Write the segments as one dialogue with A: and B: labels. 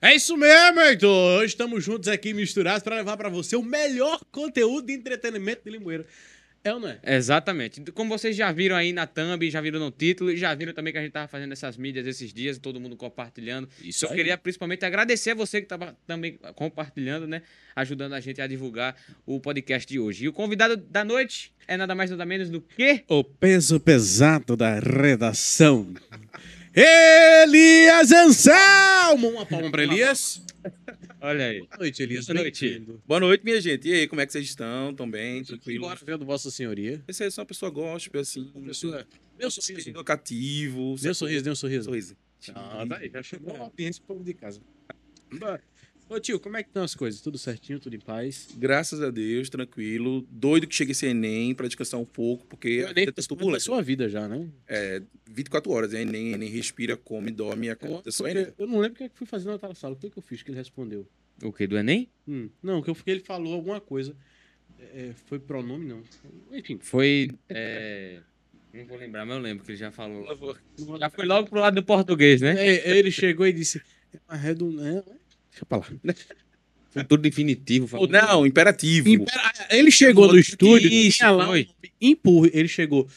A: É isso mesmo, Heitor. Hoje estamos juntos aqui misturados para levar para você o melhor conteúdo de entretenimento de Limoeiro. É ou não é?
B: Exatamente. Como vocês já viram aí na thumb, já viram no título, e já viram também que a gente tava fazendo essas mídias esses dias, todo mundo compartilhando.
A: Isso
B: Eu
A: aí.
B: queria principalmente agradecer a você que estava também compartilhando, né? Ajudando a gente a divulgar o podcast de hoje. E o convidado da noite é nada mais nada menos do que.
A: O peso pesado da redação. Elias Anselmo! Uma palma para Elias.
B: Olha aí.
A: Boa noite, Elias.
B: Boa noite.
A: Bem-vindo.
C: Boa noite, minha gente. E aí, como é que vocês estão? Tão bem? Tranquilo?
A: Embora vendo Vossa Senhoria.
C: Esse aí é só uma pessoa gospel, assim.
A: Meu sorriso.
C: Educativo.
A: Dê um
C: sacou?
A: sorriso, dê um sorriso.
C: Sorriso.
A: Ah, tá
B: um
A: aí, já chegou uma audiência pro povo de casa. Bora. Ô tio, como é que estão as coisas? Tudo certinho, tudo em paz?
C: Graças a Deus, tranquilo. Doido que chegue esse Enem pra descansar um pouco, porque a vida tá
A: a
C: turbulenta.
A: sua vida já, né?
C: É, 24 horas, é Enem, Enem, respira, come, dorme,
A: É, Eu,
C: acorda, só Enem.
A: eu não lembro o que é que fui fazer na outra sala. O que, é que eu fiz que ele respondeu?
B: O que? Do Enem?
A: Hum, não, que eu fiquei, ele falou alguma coisa. É, foi pronome, não. Enfim,
B: Foi. é, Não vou lembrar, mas eu lembro que ele já falou.
A: não vou-
B: Já foi logo pro lado do português, né?
A: É, ele chegou e disse: é Né, uma redundância. Deixa pra lá.
B: Futuro definitivo. falou.
C: Não, imperativo.
A: Impera- Ele chegou no estúdio,
B: Isso,
A: tinha lá o
B: foi.
A: nome empurre. Ele chegou.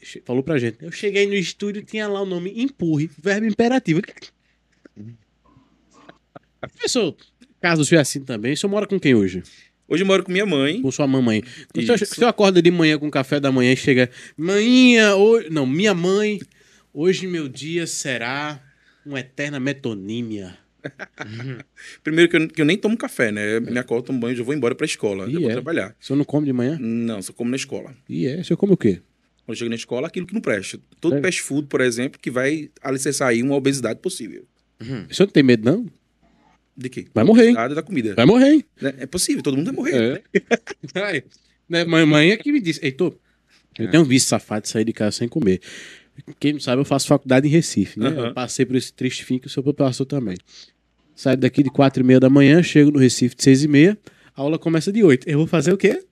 A: che- Falou pra gente. Eu cheguei no estúdio, tinha lá o nome empurre, verbo imperativo. "Hum." Professor, caso seja assim também, o senhor mora com quem hoje?
C: Hoje eu moro com minha mãe.
A: Com sua mamãe. O senhor,
C: Isso.
A: o senhor acorda de manhã com o café da manhã e chega. Manhinha, hoje. Não, minha mãe, hoje meu dia será uma eterna metonímia.
C: Primeiro que eu, que eu nem tomo café, né? Eu Me acordo, tomo banho, já vou embora pra escola.
A: Ih,
C: já vou
A: é?
C: trabalhar.
A: O senhor não come de manhã?
C: Não, só como na escola.
A: E é, o senhor come o quê?
C: Quando chega na escola, aquilo que não presta. Todo
A: É.
C: fast food, por exemplo, que vai alicerçar aí uma obesidade possível.
B: Uhum.
A: O senhor não tem medo, não?
C: De quê?
A: Vai morrer, hein?
C: Nada da comida.
A: Vai morrer, hein?
C: Né? É possível, todo mundo vai morrer.
A: É. Ai, né, mamãe é que me disse, Heitor, eu
B: É.
A: tenho um vício safado de sair de casa sem comer. Quem não sabe, eu faço faculdade em Recife, né?
C: Aham.
A: Eu passei por esse triste fim que o senhor passou também. Saio daqui de quatro e meia da manhã, chego no Recife de seis e meia, a aula começa de oito. Eu vou fazer o quê?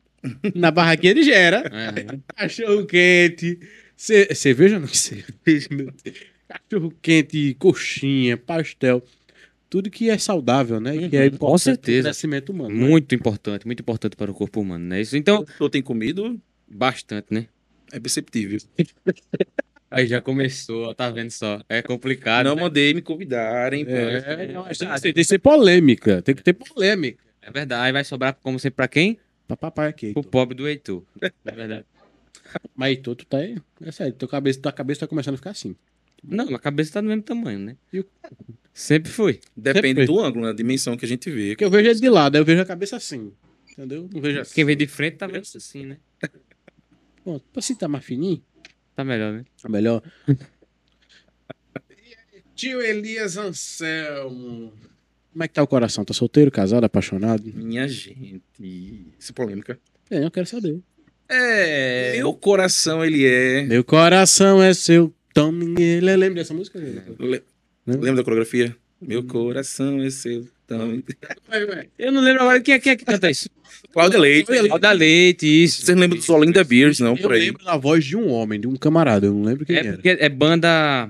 A: Na barraquinha de gera,
B: É.
A: cachorro quente, ce- cerveja não, que cerveja, meu Deus. Cachorro quente, coxinha, pastel, tudo que é saudável, né? E que é
B: Uhum, com
A: importante pro
B: certeza.
A: crescimento humano. né?
B: Muito importante, muito importante para o corpo humano, né? Isso, então,
C: Ou tem comido,
B: bastante, né?
C: é perceptível.
B: Aí já começou, tá vendo só? É complicado.
C: não
B: né?
C: mandei me convidarem. né? pra-
A: Ah, É, não, mas tem, que ser, tem que ser polêmica. Tem que ter polêmica.
B: É verdade. Aí vai sobrar, como sempre, pra quem?
A: Pra Tá papai aqui. então.
B: O
A: Heitor.
B: pobre do Heitor. É verdade.
A: Mas Heitor, tu tá aí. É sério, tua cabeça, tua cabeça tá começando a ficar assim.
B: Não, a cabeça tá do mesmo tamanho, né?
A: E o-
B: Sempre foi.
C: Depende do ângulo, né? da dimensão que a gente vê.
A: Porque eu vejo ele de lado, aí eu vejo a cabeça assim. Entendeu? Não vejo assim.
B: Quem vem de frente tá vendo assim, né?
A: Pronto, pra se tá mais fininho,
B: Tá melhor, né?
A: tá melhor. Tio Elias Anselmo. Como é que tá o coração? Tá solteiro, casado, apaixonado?
C: Minha gente. Isso é polêmica.
A: É, eu quero saber.
C: É. Meu coração, ele é.
A: Meu coração é seu. Tome ele. Lembra dessa música?
C: Le-
A: Né?
C: Lembra da coreografia? Meu coração é seu. Então...
A: Vai, vai.
B: Eu não lembro agora quem é, quem é que canta isso.
C: Cláudia Leite.
B: O da Leite, isso.
C: Vocês não lembram do Solinda Beers, não?
A: Eu
C: Por aí.
A: lembro da voz de um homem, de um camarada. Eu não lembro quem
B: É
A: era.
B: porque é banda...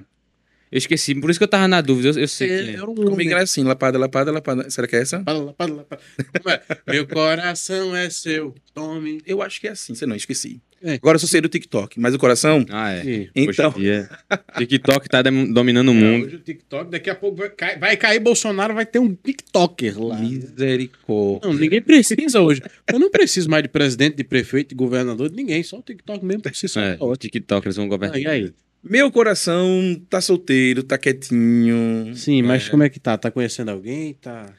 B: Eu esqueci, por isso que eu tava na dúvida. Eu, eu sei quem é.
A: Era um
C: Comigo
A: homem.
C: era assim, lapada, lapada, lapada. Será que é essa?
A: Pala, pala, pala. Como é? Meu coração é seu, tome.
C: Eu acho que é assim, você não, esqueci.
A: É.
C: Agora eu só sei do TikTok, mas o coração.
B: Ah, é.
A: E
C: Então,
B: Hoje em dia, TikTok tá dem- dominando o
C: Hum.
B: mundo.
A: hoje o TikTok, daqui a pouco vai, cair- vai cair Bolsonaro, vai ter um TikToker lá.
C: misericórdia.
A: Não, ninguém precisa hoje. Eu não preciso mais de presidente, de prefeito, de governador, de ninguém. Só o TikTok mesmo por si só.
B: É,
A: tá ótimo.
B: TikTok, eles vão governar.
A: Ah, e aí?
C: Meu coração tá solteiro, tá quietinho.
A: Sim, mas como é que tá? Tá conhecendo alguém? Tá.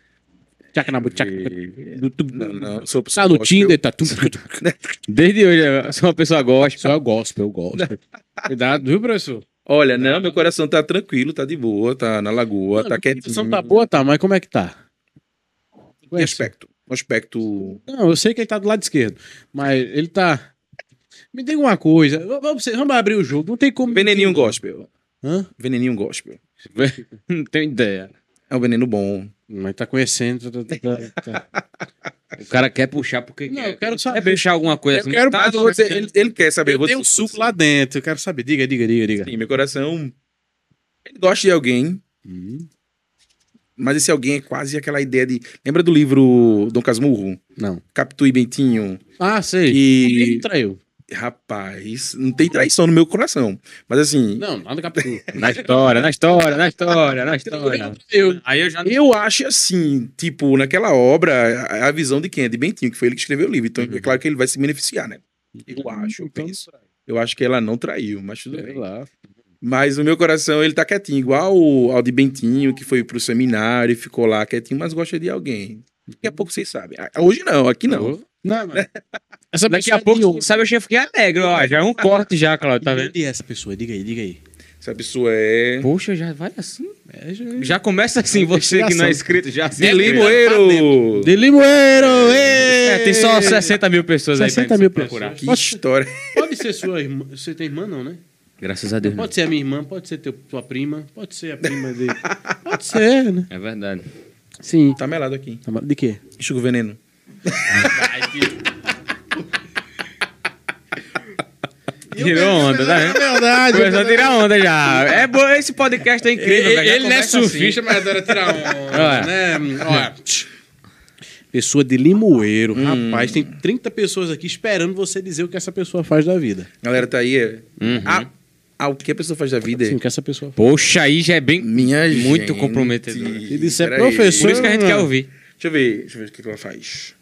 A: Tchaca na bu- tchaca.
C: E- Não, não, eu sou
A: Tá no Tinder, tá tudo.
B: Desde hoje, eu sou uma pessoa gospel.
A: Só eu gosto, eu gosto. Cuidado, viu, professor?
C: Olha, não, meu coração tá tranquilo, tá de boa, tá na lagoa, tá
A: A
C: quietinho.
A: situação tá boa, tá, mas como é que tá?
C: Que aspecto? Um aspecto.
A: Não, eu sei que ele tá do lado esquerdo, mas ele tá. Me diga uma coisa. v- Vamos, vamos abrir o jogo. Não tem como.
C: Veneninho gospel.
A: Hã?
C: Veneninho gospel.
B: Não tenho ideia.
C: É um veneno bom.
A: Mas tá conhecendo. tá- tá- tá-
B: O cara quer puxar porque
A: Não,
B: quer.
A: eu quero
B: É
A: saber.
B: puxar alguma coisa.
A: Eu
B: assim,
A: quero-
B: tá?
C: Mas eu vou dizer, ele, ele quer saber. eu
A: Eu
C: vou
A: tenho um
C: dizer-
A: suco lá dentro. Eu quero saber. Diga, diga, diga, diga.
C: Sim, meu coração. Ele gosta de alguém,
A: Hum,
C: Mas esse alguém é quase aquela ideia de. Lembra do livro Dom Casmurro?
A: Não.
C: Capitu e Bentinho?
A: Ah, sei. Ele
C: E.
A: não traiu.
C: Rapaz, não tem traição no meu coração. Mas assim,
A: Não, nada captura.
B: Na história, na história, na história, na história.
A: traiu.
B: Aí eu já não.
C: eu acho assim, tipo, naquela obra, a- a visão de quem é? De Bentinho, que foi ele que escreveu o livro. Então é claro que ele vai se beneficiar, né? Eu acho, eu
A: Uhum. Então, É.
C: penso. Eu acho que ela não traiu, mas tudo
A: sei
C: bem.
A: lá.
C: Mas o meu coração, ele tá quietinho, igual ao ao de Bentinho, que foi pro seminário e ficou lá quietinho, mas gosta de alguém. Daqui a pouco vocês sabem. Ah, Hoje não, aqui não.
A: Uhum. Não, mas... Essa
B: Daqui
A: pessoa
B: a
A: é de
B: pouco,
A: onde?
B: sabe, eu já fiquei alegre, ó. Já é um corte já, Claudio, tá vendo?
A: Onde é essa pessoa? Diga aí, diga aí.
C: Essa pessoa é.
B: Poxa, já vai assim.
A: É, já...
B: Já começa assim, você que não é inscrito, já se
C: De
B: inscreve.
A: Tá
C: Limoeiro!
A: De Limoeiro! ê!
B: É, tem só 60 mil pessoas aí. pra
A: 60
B: você
A: mil
B: procurar.
A: pessoas.
C: Que história.
A: Pode ser sua irmã. Você tem irmã, não, né?
B: Graças a Deus. não.
A: Pode ser a minha irmã, pode ser teu, tua prima, pode ser a prima dele. Pode ser, né?
B: É verdade.
A: Sim.
C: Tá melado aqui.
A: De quê?
C: Enxuga o veneno.
B: Tirou onda, tá vendo?
A: verdade.
B: Começou a tirar onda já. É bo... Esse podcast é incrível, velho. Já começa assim.
A: mas adora tirar
B: Olha.
A: né? Olha. Pessoa de Limoeiro, rapaz, tem 30 pessoas aqui esperando você dizer o que essa pessoa faz da vida.
C: Galera, tá aí. é- Ah, ah, o que a pessoa faz da vida?
A: Uhum. Sim, o que essa pessoa faz.
B: Poxa, aí já é bem.
C: Minha
B: Muito
C: gente.
B: comprometedor.
A: Ele disse, é
C: Peraí.
A: professor.
B: Por isso que a gente quer ouvir.
C: Deixa eu ver, deixa eu ver o que que ela faz.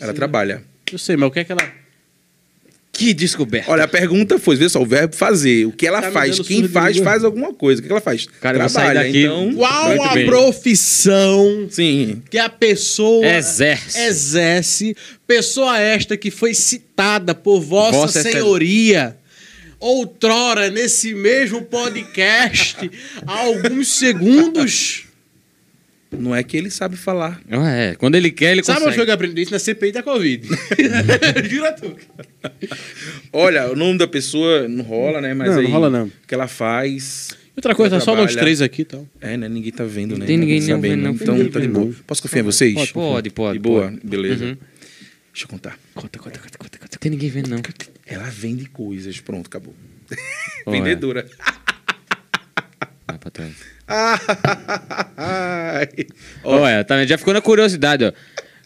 C: Ela trabalha.
A: Eu sei, mas o que é que ela.
B: Que descoberta.
C: Olha, a pergunta foi, vê só, o verbo fazer. O que ela
A: Tá me
C: faz?
A: dando
C: Quem
A: surdo de
C: faz,
A: língua.
C: faz alguma coisa. O que que ela faz?
B: Cara, eu vou sair daqui.
C: Então...
A: Qual
B: Muito
A: a
B: bem.
A: profissão
C: Sim.
A: que a pessoa
B: É Exerce.
A: É exerce, pessoa esta que foi citada por Vossa,
B: Vossa
A: Senhoria. Outrora, nesse mesmo podcast, há alguns segundos.
C: Não é que ele sabe falar.
B: Ah, é. Quando ele quer, ele
A: Sabe onde
B: consegue.
A: foi que eu aprendi isso? Na CPI da Covid. Jura tu.
C: Olha, o nome da pessoa não rola, né? Mas
A: Não, não
C: aí,
A: rola, não.
C: O que ela faz.
A: Outra coisa,
C: Ela
A: só nós
C: trabalha.
A: três aqui então. e tal.
C: É, né? Ninguém tá vendo, né?
B: Não tem ninguém
C: Tá sabendo,
B: não vendo, não.
C: Então tá de boa. Posso confiar em vocês?
B: Pode, pode, pode,
C: De boa,
B: pode.
C: beleza.
B: Uhum.
C: Deixa eu contar. Conta, conta, conta, conta, conta.
B: Não tem ninguém vendo, não.
C: Ela vende coisas. Pronto, acabou.
B: Oh, é.
C: Vendedora.
B: Vai pra trás.
C: Ai. Ó,
B: Olha, tá vendo? Já ficou na curiosidade, ó.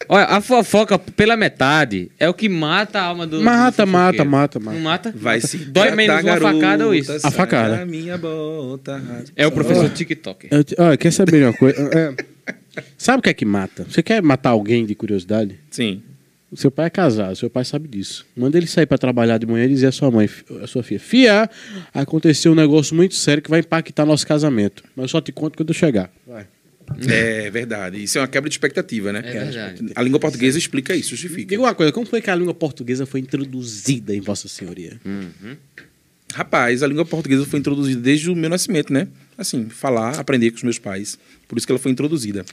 B: Olha, a fofoca pela metade é o que mata a alma do. do
A: Mata,
B: fofoqueiro.
A: mata, mata, mata.
B: Não mata?
C: Vai se
B: Dói menos uma
C: tratar,
B: facada ou isso?
C: garota,
A: A
C: sai
A: facada.
C: da minha bota.
B: É o professor TikTok.
A: Eu te- olha, quer saber uma coisa? É, sabe o que é que mata? Você quer matar alguém de curiosidade?
C: Sim.
A: O Seu pai é casado, seu pai sabe disso. Manda ele sair pra trabalhar de manhã e dizer à sua mãe, fi- à sua filha, Fia, aconteceu um negócio muito sério que vai impactar nosso casamento. Mas eu só te conto quando eu chegar.
C: É verdade. Isso é uma quebra de expectativa, né?
B: Uhum. É verdade.
C: A língua portuguesa explica isso, justifica.
A: Diga uma coisa, como foi que a língua portuguesa foi introduzida em Vossa Senhoria?
C: Rapaz, a língua portuguesa foi introduzida desde o meu nascimento, né? Assim, falar, aprender com os meus pais. Por isso que ela foi introduzida.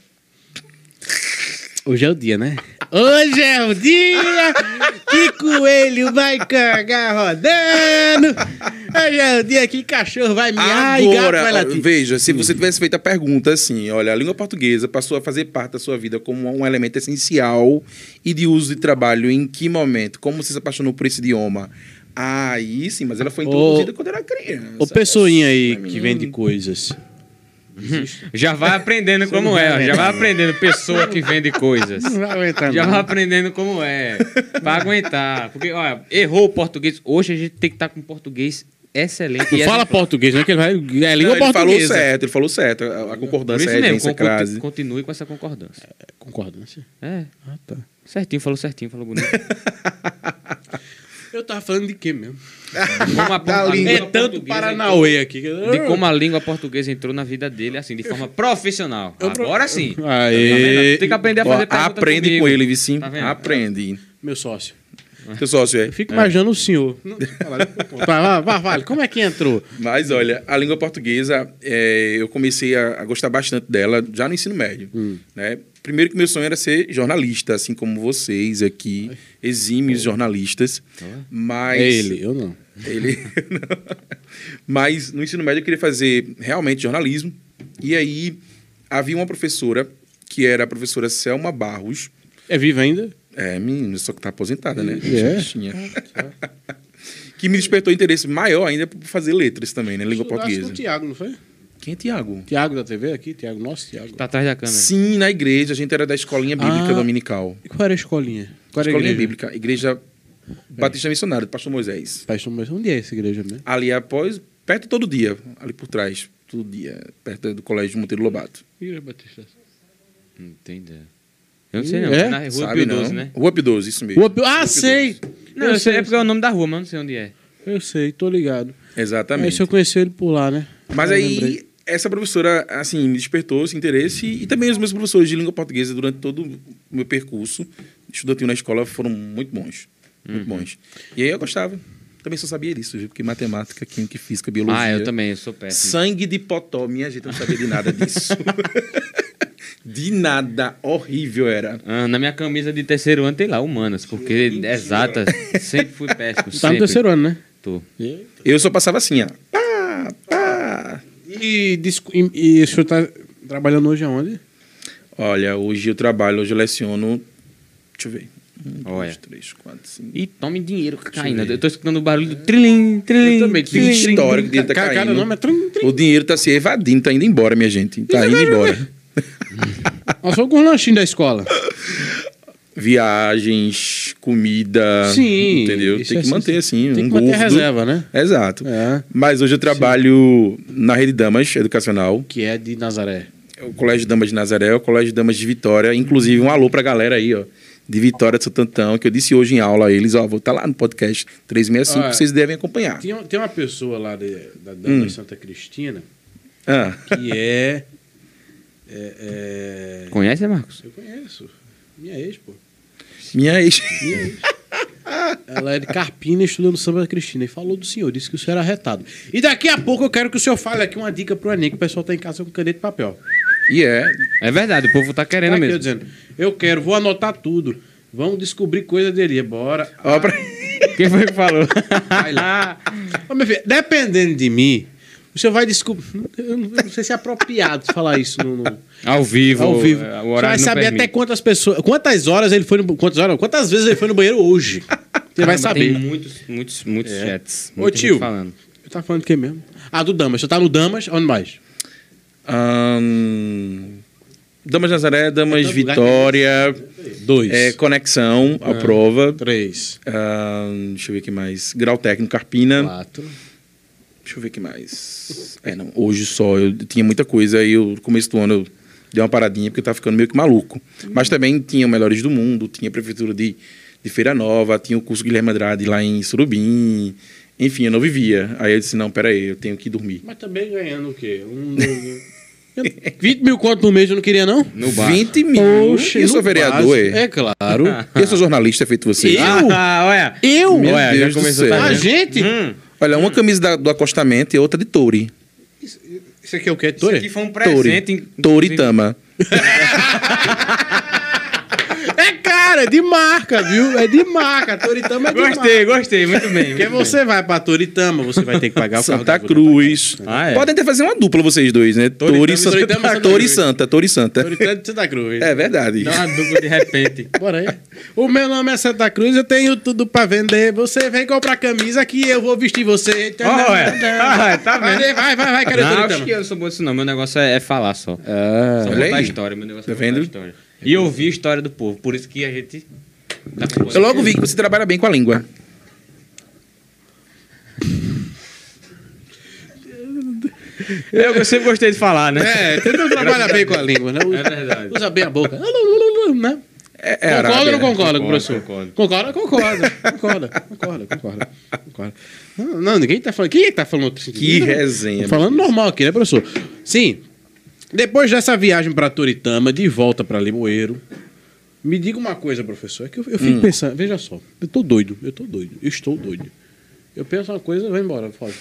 A: Hoje é o dia, né? Hoje é o dia que coelho vai cagar rodando. Hoje é o dia que cachorro vai miar e gato vai
C: Agora,
A: latir.
C: veja, se você tivesse feito a pergunta assim, olha, a língua portuguesa passou a fazer parte da sua vida como um elemento essencial e de uso de trabalho, em que momento? Como você se apaixonou por esse idioma? Aí sim, mas ela foi introduzida
A: Ô,
C: quando era criança.
A: Ô pessoinha aí
C: Pra mim,
A: que vende coisas.
B: Já vai aprendendo como é, ó. já vai aprendendo pessoa que vende coisas.
A: vai aguentar,
B: Já vai aprendendo como é. Vai aguentar. Porque, olha, errou o português. Hoje a gente tem que estar com um português excelente. E
A: Não fala
B: essa-
A: português, não é que ele vai. É
C: Não,
A: língua
C: ele falou
A: portuguesa.
C: certo, ele falou certo. A, a
B: Por
C: concordância
B: isso
C: é a
B: mesmo,
C: agência,
B: con-
C: crase.
B: continue com essa concordância.
A: Concordância?
B: É,
A: Ah, tá.
B: certinho, falou certinho, falou bonito.
A: Eu tava falando de quê mesmo?
B: Como a, a língua
A: É tanto
B: portuguesa
A: Paranauê aqui. que-
B: entrou- De como a língua portuguesa entrou na vida dele, assim, de forma profissional. Agora sim.
A: Aê.
B: Tá Tem que aprender a
C: Ó,
B: fazer pergunta
C: aprende
B: comigo.
C: com ele, Vicim.
B: Tá vendo?
C: aprende.
A: Meu sócio.
C: Seu sócio é.
A: Eu fico imaginando o senhor. Não, tá, deixa eu falar, deixa eu contar. Vai, vai, vai, vai, como é que entrou?
C: Mas olha, a língua portuguesa, é, eu comecei a, a gostar bastante dela já no ensino médio.
A: Hum.
C: Né? Primeiro que meu sonho era ser jornalista, assim como vocês aqui, exímios jornalistas. Mas
A: É ele, eu não.
C: ele- não. Mas no ensino médio eu queria fazer realmente jornalismo. E aí havia uma professora que era a professora Selma Barros.
A: É vivo ainda?
C: É, menina, só que tá aposentada, né?
A: É.
C: Bichinha. que me despertou interesse maior ainda por fazer letras também, né? Língua
A: Estudasse com
C: portuguesa.
A: o Tiago, não foi?
C: Quem é Tiago?
A: Tiago da TV aqui? Tiago, nossa, Tiago.
B: Tá atrás da câmera.
C: Sim, na igreja. A gente era da escolinha bíblica
A: Ah.
C: dominical.
A: E qual era a escolinha? Qual era a
C: escolinha
A: igreja?
C: bíblica. Igreja Batista Missionária, do pastor Moisés.
A: Pastor Moisés, onde é essa igreja mesmo?
C: Ali após, perto todo dia, ali por trás, todo dia, perto do colégio Monteiro Lobato.
A: Igreja Batista.
B: Não tem ideia. Eu não sei não.
A: É?
B: É na rua
C: Sabe,
B: Pio
C: não?
B: 12, né?
C: Rua Pio 12, isso mesmo.
A: O Op- Ah, sei!
B: Não, eu sei, é porque é o nome da rua, mas não sei onde é.
A: Eu sei, tô ligado. Aí
C: Exatamente.
A: se eu conheci ele por lá, né?
C: Mas
B: Ah,
A: Eu
C: aí,
A: lembrei.
C: essa professora, assim, me despertou esse interesse e, e também os meus professores de língua portuguesa durante todo o meu percurso estudantil na escola foram muito bons. Muito
B: Uhum.
C: bons. E aí eu gostava. Também só sabia disso, viu? Porque matemática, química, e física, biologia...
B: Ah, eu também, eu sou péssimo.
C: Sangue de potó, minha gente, eu não sabia de nada disso. de nada, horrível era.
B: Ah, na minha camisa de terceiro ano tem lá, humanas, porque exata, sempre fui péssimo.
A: Tá no
B: sempre.
A: terceiro ano, né?
B: Tô.
C: Eu só passava assim, ó. Pá, pá.
A: E, discu- e, e o senhor tá trabalhando hoje aonde?
C: Olha, hoje eu trabalho, hoje eu leciono... Deixa eu ver. Um,
B: Olha.
C: dois, três, quatro, cinco...
B: E tome dinheiro caindo. Eu tô escutando o barulho do trilim, trilim.
C: Tem um histórico de tá
A: Cada-
C: caindo.
A: cada nome é trim, trim.
C: O dinheiro tá se evadindo, tá indo embora, minha gente. Tá
A: é
C: indo embora.
A: Nós fomos com o lanchinho da escola.
C: Viagens, comida.
A: Sim,
C: Entendeu?
A: isso
C: Tem
A: é
C: que manter assim.
A: Tem
C: um
A: que manter a
C: gordo.
A: reserva, né?
C: Exato.
A: É.
C: Mas hoje eu trabalho na Rede Damas Educacional.
A: Que é de Nazaré.
C: É O Colégio Damas de Nazaré, é o Colégio Damas de Vitória. Inclusive, um alô pra galera aí, ó. De Vitória de Santantão, que eu disse hoje em aula a eles, ó, vou estar lá no podcast 365,
A: Ah, é.
C: vocês devem acompanhar.
A: Tem, tem uma pessoa lá de- da Dama de Santa Cristina
C: Ah.
A: que é. é, é-
B: Conhece, Marcos?
A: Eu conheço. Minha ex, pô.
C: Minha ex.
A: Ela é de Carpina estudando samba da Cristina e falou do senhor, disse que o senhor era retado. E daqui a pouco eu quero que o senhor fale aqui uma dica pro Enem, que o pessoal tá em casa com caneta e papel.
C: E é.
B: É verdade, o povo tá
A: Tá
B: querendo
A: aqui eu
B: mesmo.
A: dizendo, eu quero, vou anotar tudo. Vamos descobrir coisa dele. É, Bora.
C: Ó, pra...
B: Quem foi que falou?
A: Vai lá. Ô, meu filho, dependendo de mim, o senhor vai descobrir. Eu não eu não sei se é apropriado falar isso no, no-
B: Ao vivo.
A: ao vivo.
B: é,
A: Você vai
B: não
A: saber
B: permite.
A: até quantas pessoas. Quantas horas ele foi no. Quantas horas? não, Quantas vezes ele foi no banheiro hoje? Você vai
B: Caramba,
A: saber. É.
B: Tem muitos, muitos, muitos chats.
A: Ô,
B: muita gente
A: tio.
B: Falando.
A: Eu tava falando de quem mesmo? Ah, do Damas. Você tá no Damas, onde mais?
C: Ahn, Damas Nazaré,
A: É
C: Damas
A: todo lugar
C: Vitória,
A: Dois.
C: é, Conexão, a prova.
A: Três.
C: Ahn, deixa eu ver o que mais. Grau Técnico Carpina.
A: Quatro.
C: Deixa eu ver o que mais. É, não, hoje só. Eu tinha muita coisa aí, eu, no começo do ano eu dei uma paradinha porque eu tava ficando meio que maluco. Mas também tinha o Melhores do Mundo, tinha a Prefeitura de, de Feira Nova, tinha o curso Guilherme Andrade lá em Surubim. Enfim, eu não vivia. Aí eu disse: não, peraí, eu tenho que dormir.
A: Mas também ganhando o quê? Um, dois, dois. 20 mil conto no mês eu não queria, não?
B: No bar.
C: 20 mil.
A: Poxa,
C: eu sou
A: no
C: vereador,
A: básico.
C: é.
A: É claro.
C: Eu sou jornalista, é feito vocês.
A: Eu?
B: Ah, olha.
A: Eu?
C: Meu
B: Olha,
C: Deus
B: já
C: do
B: começou
C: céu.
A: A
B: vendo?
A: gente?
B: Hum.
C: Olha, uma camisa da- do acostamento e outra de Touri.
A: Isso aqui é o quê?
B: Isso
A: Tore?
B: aqui foi um
C: Touri.
B: presente. inclusive.
C: Touritama.
A: É cara, é de marca, viu? É de marca. Toritama é de marca.
B: Gostei, gostei. Muito bem.
A: Porque
B: muito bem.
A: é você vai pra Toritama, você vai ter que pagar o carro
C: Santa
A: da Vodafone.
C: Cruz.
B: Ah, é?
C: Podem até fazer uma dupla vocês dois, né? Touri
A: e Touritama,
C: e
A: Santa
C: Santa. Touri e
A: Cruz.
C: Santa. Touri e Santa.
A: Toritama de Santa Cruz.
C: É verdade.
B: Dá uma dupla de repente.
A: Bora aí. O meu nome é Santa Cruz, eu tenho tudo pra vender. Você vem comprar camisa que eu vou vestir você.
B: Ó, é. Ah, tá vendo?
A: Vai, vai, vai, vai, cadê
B: Não,
A: Toritama?
B: acho que eu sou bom disso não. Meu negócio é, é falar só. Só
C: Olha
B: contar a
C: aí.
B: história. Meu negócio é
C: Tá
B: contar a
C: vendo?
B: história. E ouvir a história do povo. Por isso que a gente... tá com você.
C: Eu logo vi que você trabalha bem com a língua.
B: Eu, eu sempre gostei de falar, né?
A: É, tenta trabalhar bem com a língua, né?
B: É verdade.
A: Usa bem a boca. Né?
C: É, é
A: concorda ou
C: Arábia.
A: não concorda com o
B: Concordo,
A: professor? Concorda, concorda. Concorda, concorda, concorda. concorda. Não, não, ninguém tá falando. Quem é que tá falando outro
C: Que
A: Ninguém tá-
C: resenha.
A: Falando normal aqui, né, professor? Sim. Depois dessa viagem pra Toritama, de volta pra Limoeiro, me diga uma coisa, professor. É que eu, eu
C: Hum.
A: fico pensando, veja só, eu tô doido, eu tô doido, eu estou doido. Eu penso uma coisa, vai embora, foge.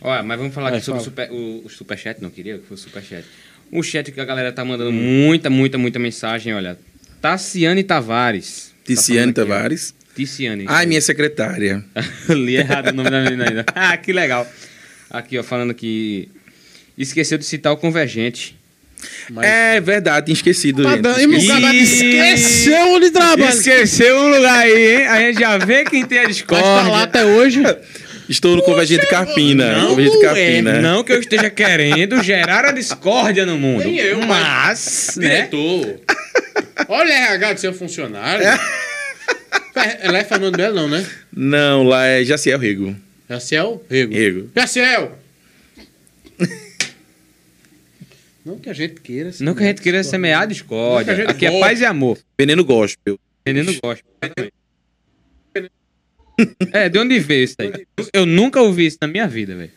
B: Olha, mas vamos falar
A: Vai,
B: aqui sobre o
A: fala.
B: super, o, o superchat, não queria que fosse superchat. O chat que a galera tá mandando muita, muita, muita mensagem, olha. Tassiane Tavares. tá
C: Ticiane
B: falando aqui, ó.
C: Tavares.
B: Ticiane.
C: Ai, minha secretária.
B: Li errado o nome da menina ainda. Ah, que legal. Aqui, ó, falando que esqueceu de citar o Convergente.
A: Mas-
C: É verdade, tinha esquecido.
A: Tá
C: gente.
A: dando- e o
C: Esqueci.
A: cara esqueceu onde
B: Ah,
A: trabalha.
B: Esqueceu um lugar aí, hein? A gente já vê quem tem a
A: Mas tá lá até hoje.
C: Estou no Convergente Carpina.
B: Não,
C: Convergente
B: é,
C: Carpina.
B: não que eu esteja querendo gerar a discórdia no mundo.
A: Nem eu,
B: mas, né?
A: Diretor. Olha é a RH do seu funcionário.
C: É.
A: Fer- Ela é Fernando Belo, não, né?
C: Não, lá é Jaciel Rego.
A: Jaciel? Rego.
C: Rego.
A: Jaciel! não que a gente queira. assim, né?
B: Não que a gente queira semear a
A: Não que a
B: discórdia.
A: gente
B: Aqui é
A: goste.
B: paz e amor.
C: Veneno Gospel.
B: Veneno gospel. É, de onde veio isso aí? Eu nunca ouvi isso na minha vida, velho.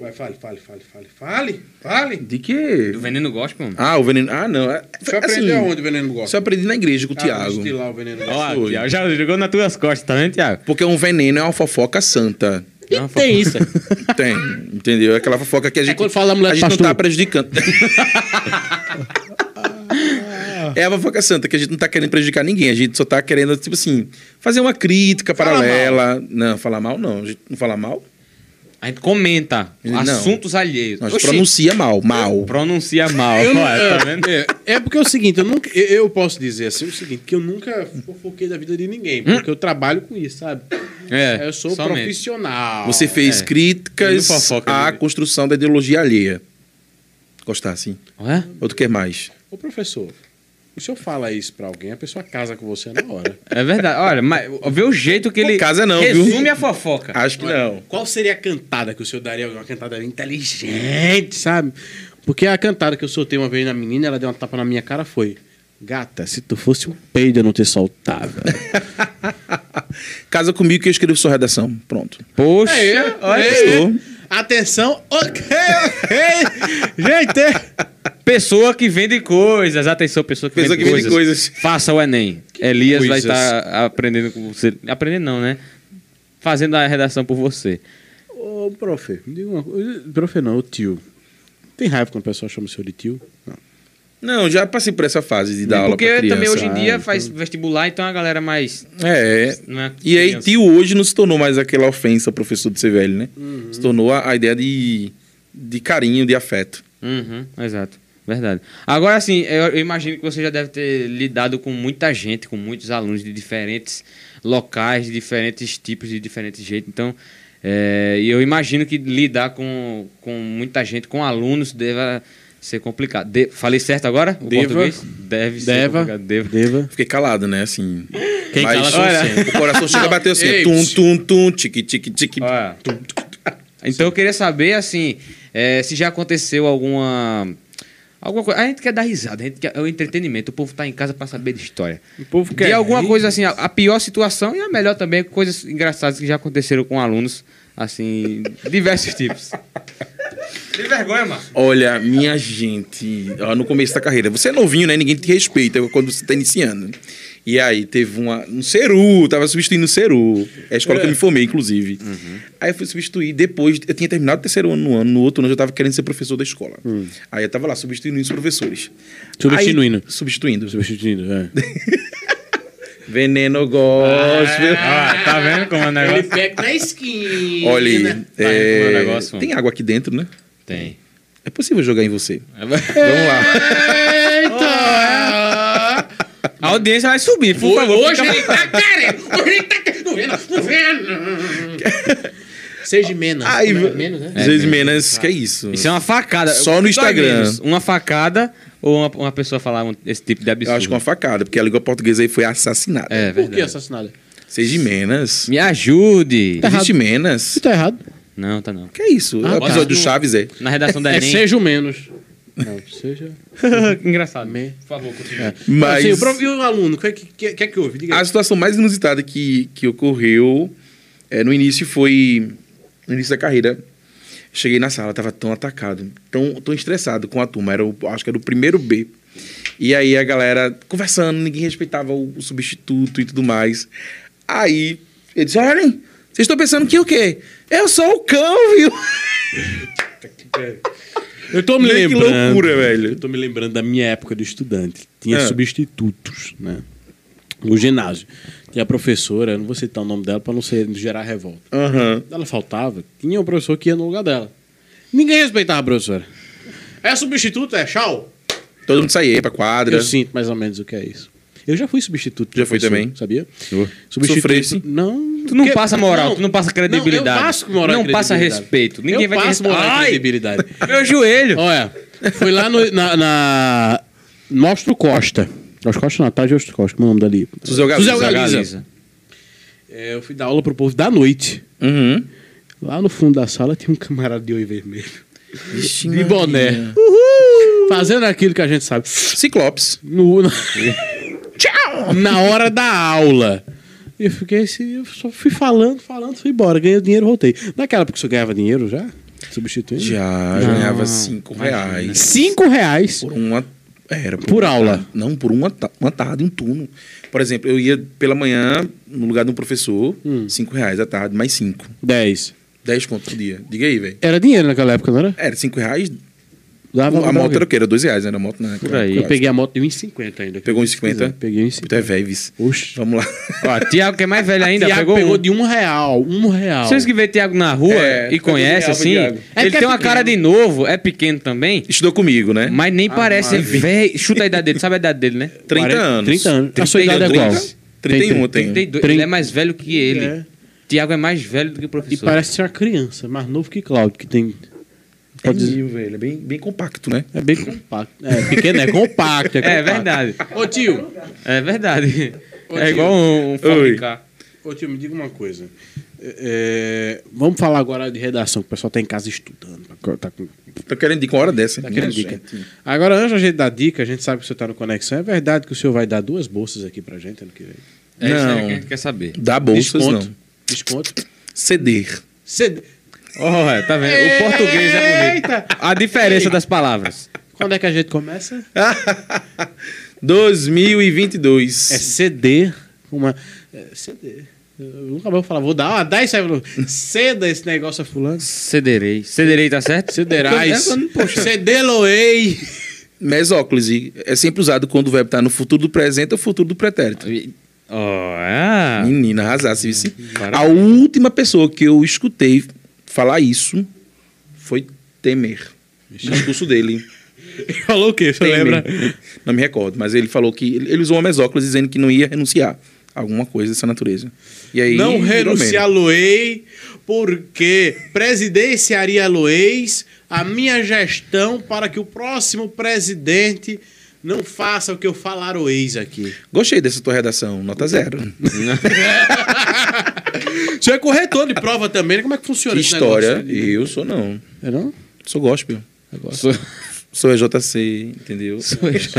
A: Vai, fale, fale, fale, fale, fale, fale.
C: De que?
B: Do veneno gospel, mano.
C: Ah, o veneno. Ah, não. É,
A: Você aprendeu aonde o veneno gosta?
C: Só aprendi na igreja com o Tiago.
A: Destilar o veneno gosta.
B: Ó, Tiago, já jogou nas tuas costas, tá vendo, Tiago?
C: Porque um veneno é uma fofoca santa.
B: E tem isso.
C: Tem, entendeu? É aquela fofoca que a gente.
A: quando fala a mulher do
C: gente
A: pastor.
C: não tá prejudicando. É a fofoca santa, que a gente não tá querendo prejudicar ninguém, a gente só tá querendo, tipo assim, fazer uma crítica
A: Fala
C: paralela. Não, falar mal não, a gente não fala mal,
B: A gente comenta
C: Não.
B: assuntos alheios.
C: não, a gente
B: Oxi,
C: pronuncia mal, mal.
B: pronuncia mal.
A: Eu não-
B: olha, tá vendo?
A: é, é, é porque é o seguinte, eu, nunca, eu, eu posso dizer assim, o seguinte, que eu nunca fofoquei da vida de ninguém, porque eu trabalho com isso, sabe?
B: Hum? É,
A: eu sou
B: somente.
A: profissional.
C: Você fez
B: é.
C: críticas
B: Tem fofoca,
C: à
B: né?
C: construção da ideologia alheia. Gostar, sim.
B: Ué?
C: Ou tu quer mais?
A: Ô, professor, o senhor fala isso pra alguém, a pessoa casa com você na hora.
B: É verdade. Olha, mas vê o jeito que ele.
C: casa não, viu?
B: resume a fofoca.
C: Acho que não.
A: Qual seria a cantada que o senhor daria? Uma cantada inteligente, sabe? Porque a cantada que eu soltei uma vez na menina, ela deu uma tapa na minha cara, foi... Gata, se tu fosse um peido, eu não te soltava.
C: Casa comigo que eu escrevo sua redação. Pronto.
B: Poxa,
A: É, é,
B: olha.
A: é.
C: Gostou?
A: Atenção, ok, ok. Gente,
B: Pessoa que vende coisas. Atenção, pessoa que,
C: é. Pessoa
B: vende,
C: que vende
B: coisas.
C: coisas.
B: Faça o Enem. Elias vai
A: coisas.
B: estar aprendendo com você. Aprendendo não, né? Fazendo a redação por você.
A: Ô, profe, me diga uma coisa. Profe não, o tio. Tem raiva quando o pessoal chama o senhor de tio? Não.
C: Não, já passei por essa fase de dar aula
B: Porque
C: pra criança.
B: também hoje em dia
A: ah,
B: faz vestibular, então a galera mais.
C: É.
B: Não é
C: E aí,
B: criança.
C: tio hoje não se tornou mais aquela ofensa ao professor de ser velho, né?
B: Uhum.
C: Se tornou a, a ideia de, de carinho, de afeto.
B: Uhum, exato. Verdade. Agora, assim, eu, eu imagino que você já deve ter lidado com muita gente, com muitos alunos de diferentes locais, de diferentes tipos, de diferentes jeitos. Então, é, e eu imagino que lidar com, com muita gente, com alunos, deva ser complicado. De- falei certo agora? O
A: Deva.
B: português? Deve ser
A: Deva.
B: complicado. Deva.
A: Deva.
C: Fiquei calado, né? Assim.
B: Quem
C: mas-
B: cala consente.
C: Olha, O coração chega a bater assim.
A: Ei,
C: tum,
A: psiu.
C: tum, tum, tique, tique, tique.
B: Olha. Então eu queria saber, assim, eh, se já aconteceu alguma. Alguma coisa. A gente quer dar risada, a gente quer, é o entretenimento. O povo tá em casa pra saber de história.
A: O povo
B: E alguma coisa assim, a, a pior situação e a melhor também, coisas engraçadas que já aconteceram com alunos, assim, diversos tipos. De vergonha, mano.
C: Olha, minha gente, ó, no começo da carreira, você é novinho, né? Ninguém te respeita quando você tá iniciando. E aí teve uma, um Ceru, tava substituindo o Ceru. É a escola que eu me formei, inclusive. Aí eu fui substituir depois, eu tinha terminado o terceiro ano no ano, no outro ano eu já tava querendo ser professor da escola. Aí eu tava lá substituindo os professores.
A: Substituindo.
C: Aí- substituindo.
A: Substituindo, é.
C: Veneno gospel.
A: Ah,
B: tá vendo como é o
A: Ele pega na esquina.
C: Olha aí.
B: Tá
C: é,
B: vendo como é o negócio,
C: tem água aqui dentro, né?
B: Tem.
C: É possível jogar em você. Vamos lá.
A: Eita!
B: A audiência vai subir, por favor.
A: hoje
B: fica-
A: ele tá querendo. Hoje ele tá querendo. Não vendo, não vendo. Seja menos.
C: Ai,
A: Como é?
C: v-
A: menos, né?
C: Vezes menos, que é isso.
B: Isso é uma facada.
C: Só no
B: Dói
C: Instagram.
B: menos Uma facada ou uma, uma pessoa falar um- esse tipo de
C: Eu
B: absurdo.
C: acho que é uma facada, porque a língua portuguesa aí foi assassinada.
B: É,
A: Por que
B: verdade.
A: assassinado?
C: Seis de Menas.
B: Me ajude.
C: Existe Menas.
A: tá errado.
B: Não, tá não.
C: Que é isso?
A: Ah,
C: o episódio
B: bota
C: do
B: no-
C: Chaves é.
B: Na redação da
A: É,
B: Enem.
A: seja o menos. Não, seja.
B: Engraçado.
A: Me-
B: Por favor, continue.
C: Mas
A: Assim, o prof- e o aluno? O que, que, que é que houve? Diga aí.
C: a situação mais inusitada que, que ocorreu é, no início foi. No início da carreira. Cheguei na sala, tava tão atacado, tão, tão estressado com a turma. Era o, acho que era o primeiro B. E aí a galera conversando, ninguém respeitava o, o substituto e tudo mais. Aí eles olhem, vocês estão pensando que o quê? Eu sou o cão, viu?
A: Ah, Eu tô me
C: Meio que
A: lembrando.
C: loucura, velho.
A: Eu tô me lembrando da minha época de estudante. Tinha
C: Ah.
A: substitutos, né? No ginásio. Tinha a professora, eu não vou citar o nome dela pra não ser, gerar revolta.
C: Aham.
A: Ela faltava, tinha um professor que ia no lugar dela. Ninguém respeitava a professora. É substituto, é tchau.
C: Todo mundo saía pra quadra.
A: Eu sinto mais ou menos o que é isso. Eu já fui substituto. de
C: Já fui
A: professor,
C: também.
A: Sabia?
C: Eu-
A: Substituto.
C: Sofresse.
A: Não.
B: Tu não
A: porque-
B: passa moral, tu não passa credibilidade.
A: eu passo moral e
B: Não passa
A: credibilidade.
B: respeito. Ninguém
A: eu
B: vai te
A: passo
B: respeitar.
A: moral e
B: Ai,
A: credibilidade.
B: Meu joelho.
A: Olha, fui lá no, na, na. Nostro Costa. Nostro Costa Natal de Nostro Costa, como é o nome dali?
C: Suzé Galiza.
A: Suzé Galiza. É, eu fui dar aula pro povo da noite.
C: Uhum.
A: Lá no fundo da sala tinha um camarada de oi vermelho.
C: Vixe,
A: De
C: Maria.
A: boné. Fazendo aquilo que a gente sabe.
C: Ciclopes.
A: No, na... na hora da aula. E eu fiquei assim, eu só fui falando, falando, fui embora. Ganhei o dinheiro, voltei. Naquela época você ganhava dinheiro já? Substituindo?
C: Já
A: Não.
C: ganhava 5 reais.
A: Cinco reais.
C: Por uma. Era por,
A: Por
C: uma
A: aula.
C: tarde. Não, por uma, ta- uma tarde, um turno. Por exemplo, eu ia pela manhã, no lugar de um professor,
A: Hum.
C: 5 reais à tarde, mais 5.
A: Dez.
C: 10 conto por dia. Diga aí, velho.
A: Era dinheiro naquela época, não era?
C: Era 5 reais.
A: Dava
C: a
A: pra
C: moto era
A: ver.
C: o quê? Era 2 reais, né? Era a moto, né?
B: Por aí.
A: Eu peguei a moto de 1,50 ainda.
C: Pegou uns 50?
A: Peguei
C: Puta, é
A: 1,50.
C: velho, vice.
A: Oxe.
C: Vamos lá.
B: Ó, Tiago, que é mais velho ainda,
A: Tiago
B: pegou, um.
A: de um real, um real.
B: Vocês que vê Tiago na rua
C: É,
B: e
C: ficou
B: conhece
C: de
B: assim,
C: Thiago.
A: É
B: ele
A: que é
B: tem uma
A: pequeno.
B: cara de novo, é pequeno também,
C: Estudou comigo, né?
B: Ah, mas nem parece é velho. Chuta a idade dele, sabe a idade dele, né?
C: 30
A: 40
C: anos.
A: 30 anos. A sua
B: 31,
A: idade é qual?
B: 30?
C: 31 tem.
B: 32,
A: Trin-
B: ele é mais velho que ele.
A: É.
B: Tiago é mais velho do que
A: E
B: o professor.
A: parece ser uma criança, mais novo que Cláudio, que tem...
C: É
A: Pode dizer.
C: mil, velho. É bem, bem compacto, né?
A: É bem compacto. É pequeno, é compacto. É,
B: É
A: compacto.
B: verdade.
A: Ô tio,
B: É verdade.
A: Ô,
B: É
A: tio.
B: igual um, um Ford
C: Oi.
B: Ka.
A: ô tio, me diga uma coisa. É, é, vamos falar agora de redação, que o pessoal tá em casa estudando. Tá com,
C: Tô querendo dica uma hora dessa.
A: tá querendo
C: Minha
A: dica.
C: gente.
A: Agora, antes da gente dar dica, a gente sabe que o senhor tá no Conexão. É verdade que o senhor vai dar duas bolsas aqui pra gente ano que vem?
B: É isso aí
C: Não.
B: que a gente quer saber.
C: Dá bolsas,
A: Desconto.
C: não.
A: Desconto.
C: Ceder.
A: Cê-
B: Olha, tá vendo? O português é bonito.
A: Eita!
B: A diferença das palavras.
A: Quando é que a gente começa?
C: 2022.
A: É CD. Uma. É CD. Eu nunca vou falar, vou dar, ah, dá isso aí, Bruno. ceda esse negócio a fulano.
B: Cederei. Cederei, tá certo?
A: Cederais.
B: Eu- eu- eu- poxa.
A: Cedeloei.
C: Mesóclise. É sempre usado quando o verbo tá no futuro do presente ou futuro do
A: Ah,
C: pretérito. Oh,
B: Ó,
C: é?
B: ah.
C: Menina, arrasasse isso.
B: Maravilha.
C: A última pessoa que eu escutei falar isso foi Temer. No discurso dele.
A: Falou o quê? Você
C: Temer.
A: lembra?
C: Não me recordo, mas ele falou que... Ele ele usou uma mesóclise dizendo que não ia renunciar. Alguma coisa dessa natureza. E aí...
A: Não
C: virou meme.
A: renunciá-lo-ei, porque presidenciaria-lo-eis a minha gestão para que o próximo presidente não faça o que eu falar o eis aqui.
C: Gostei dessa tua redação. Nota zero.
A: O senhor é corretor de prova também, né? como é que funciona
C: Que
A: esse
C: história.
A: negócio?
C: Eu sou não.
A: É não?
C: Sou gospel.
B: Sou,
C: Sou EJC, entendeu?
B: sou EJC.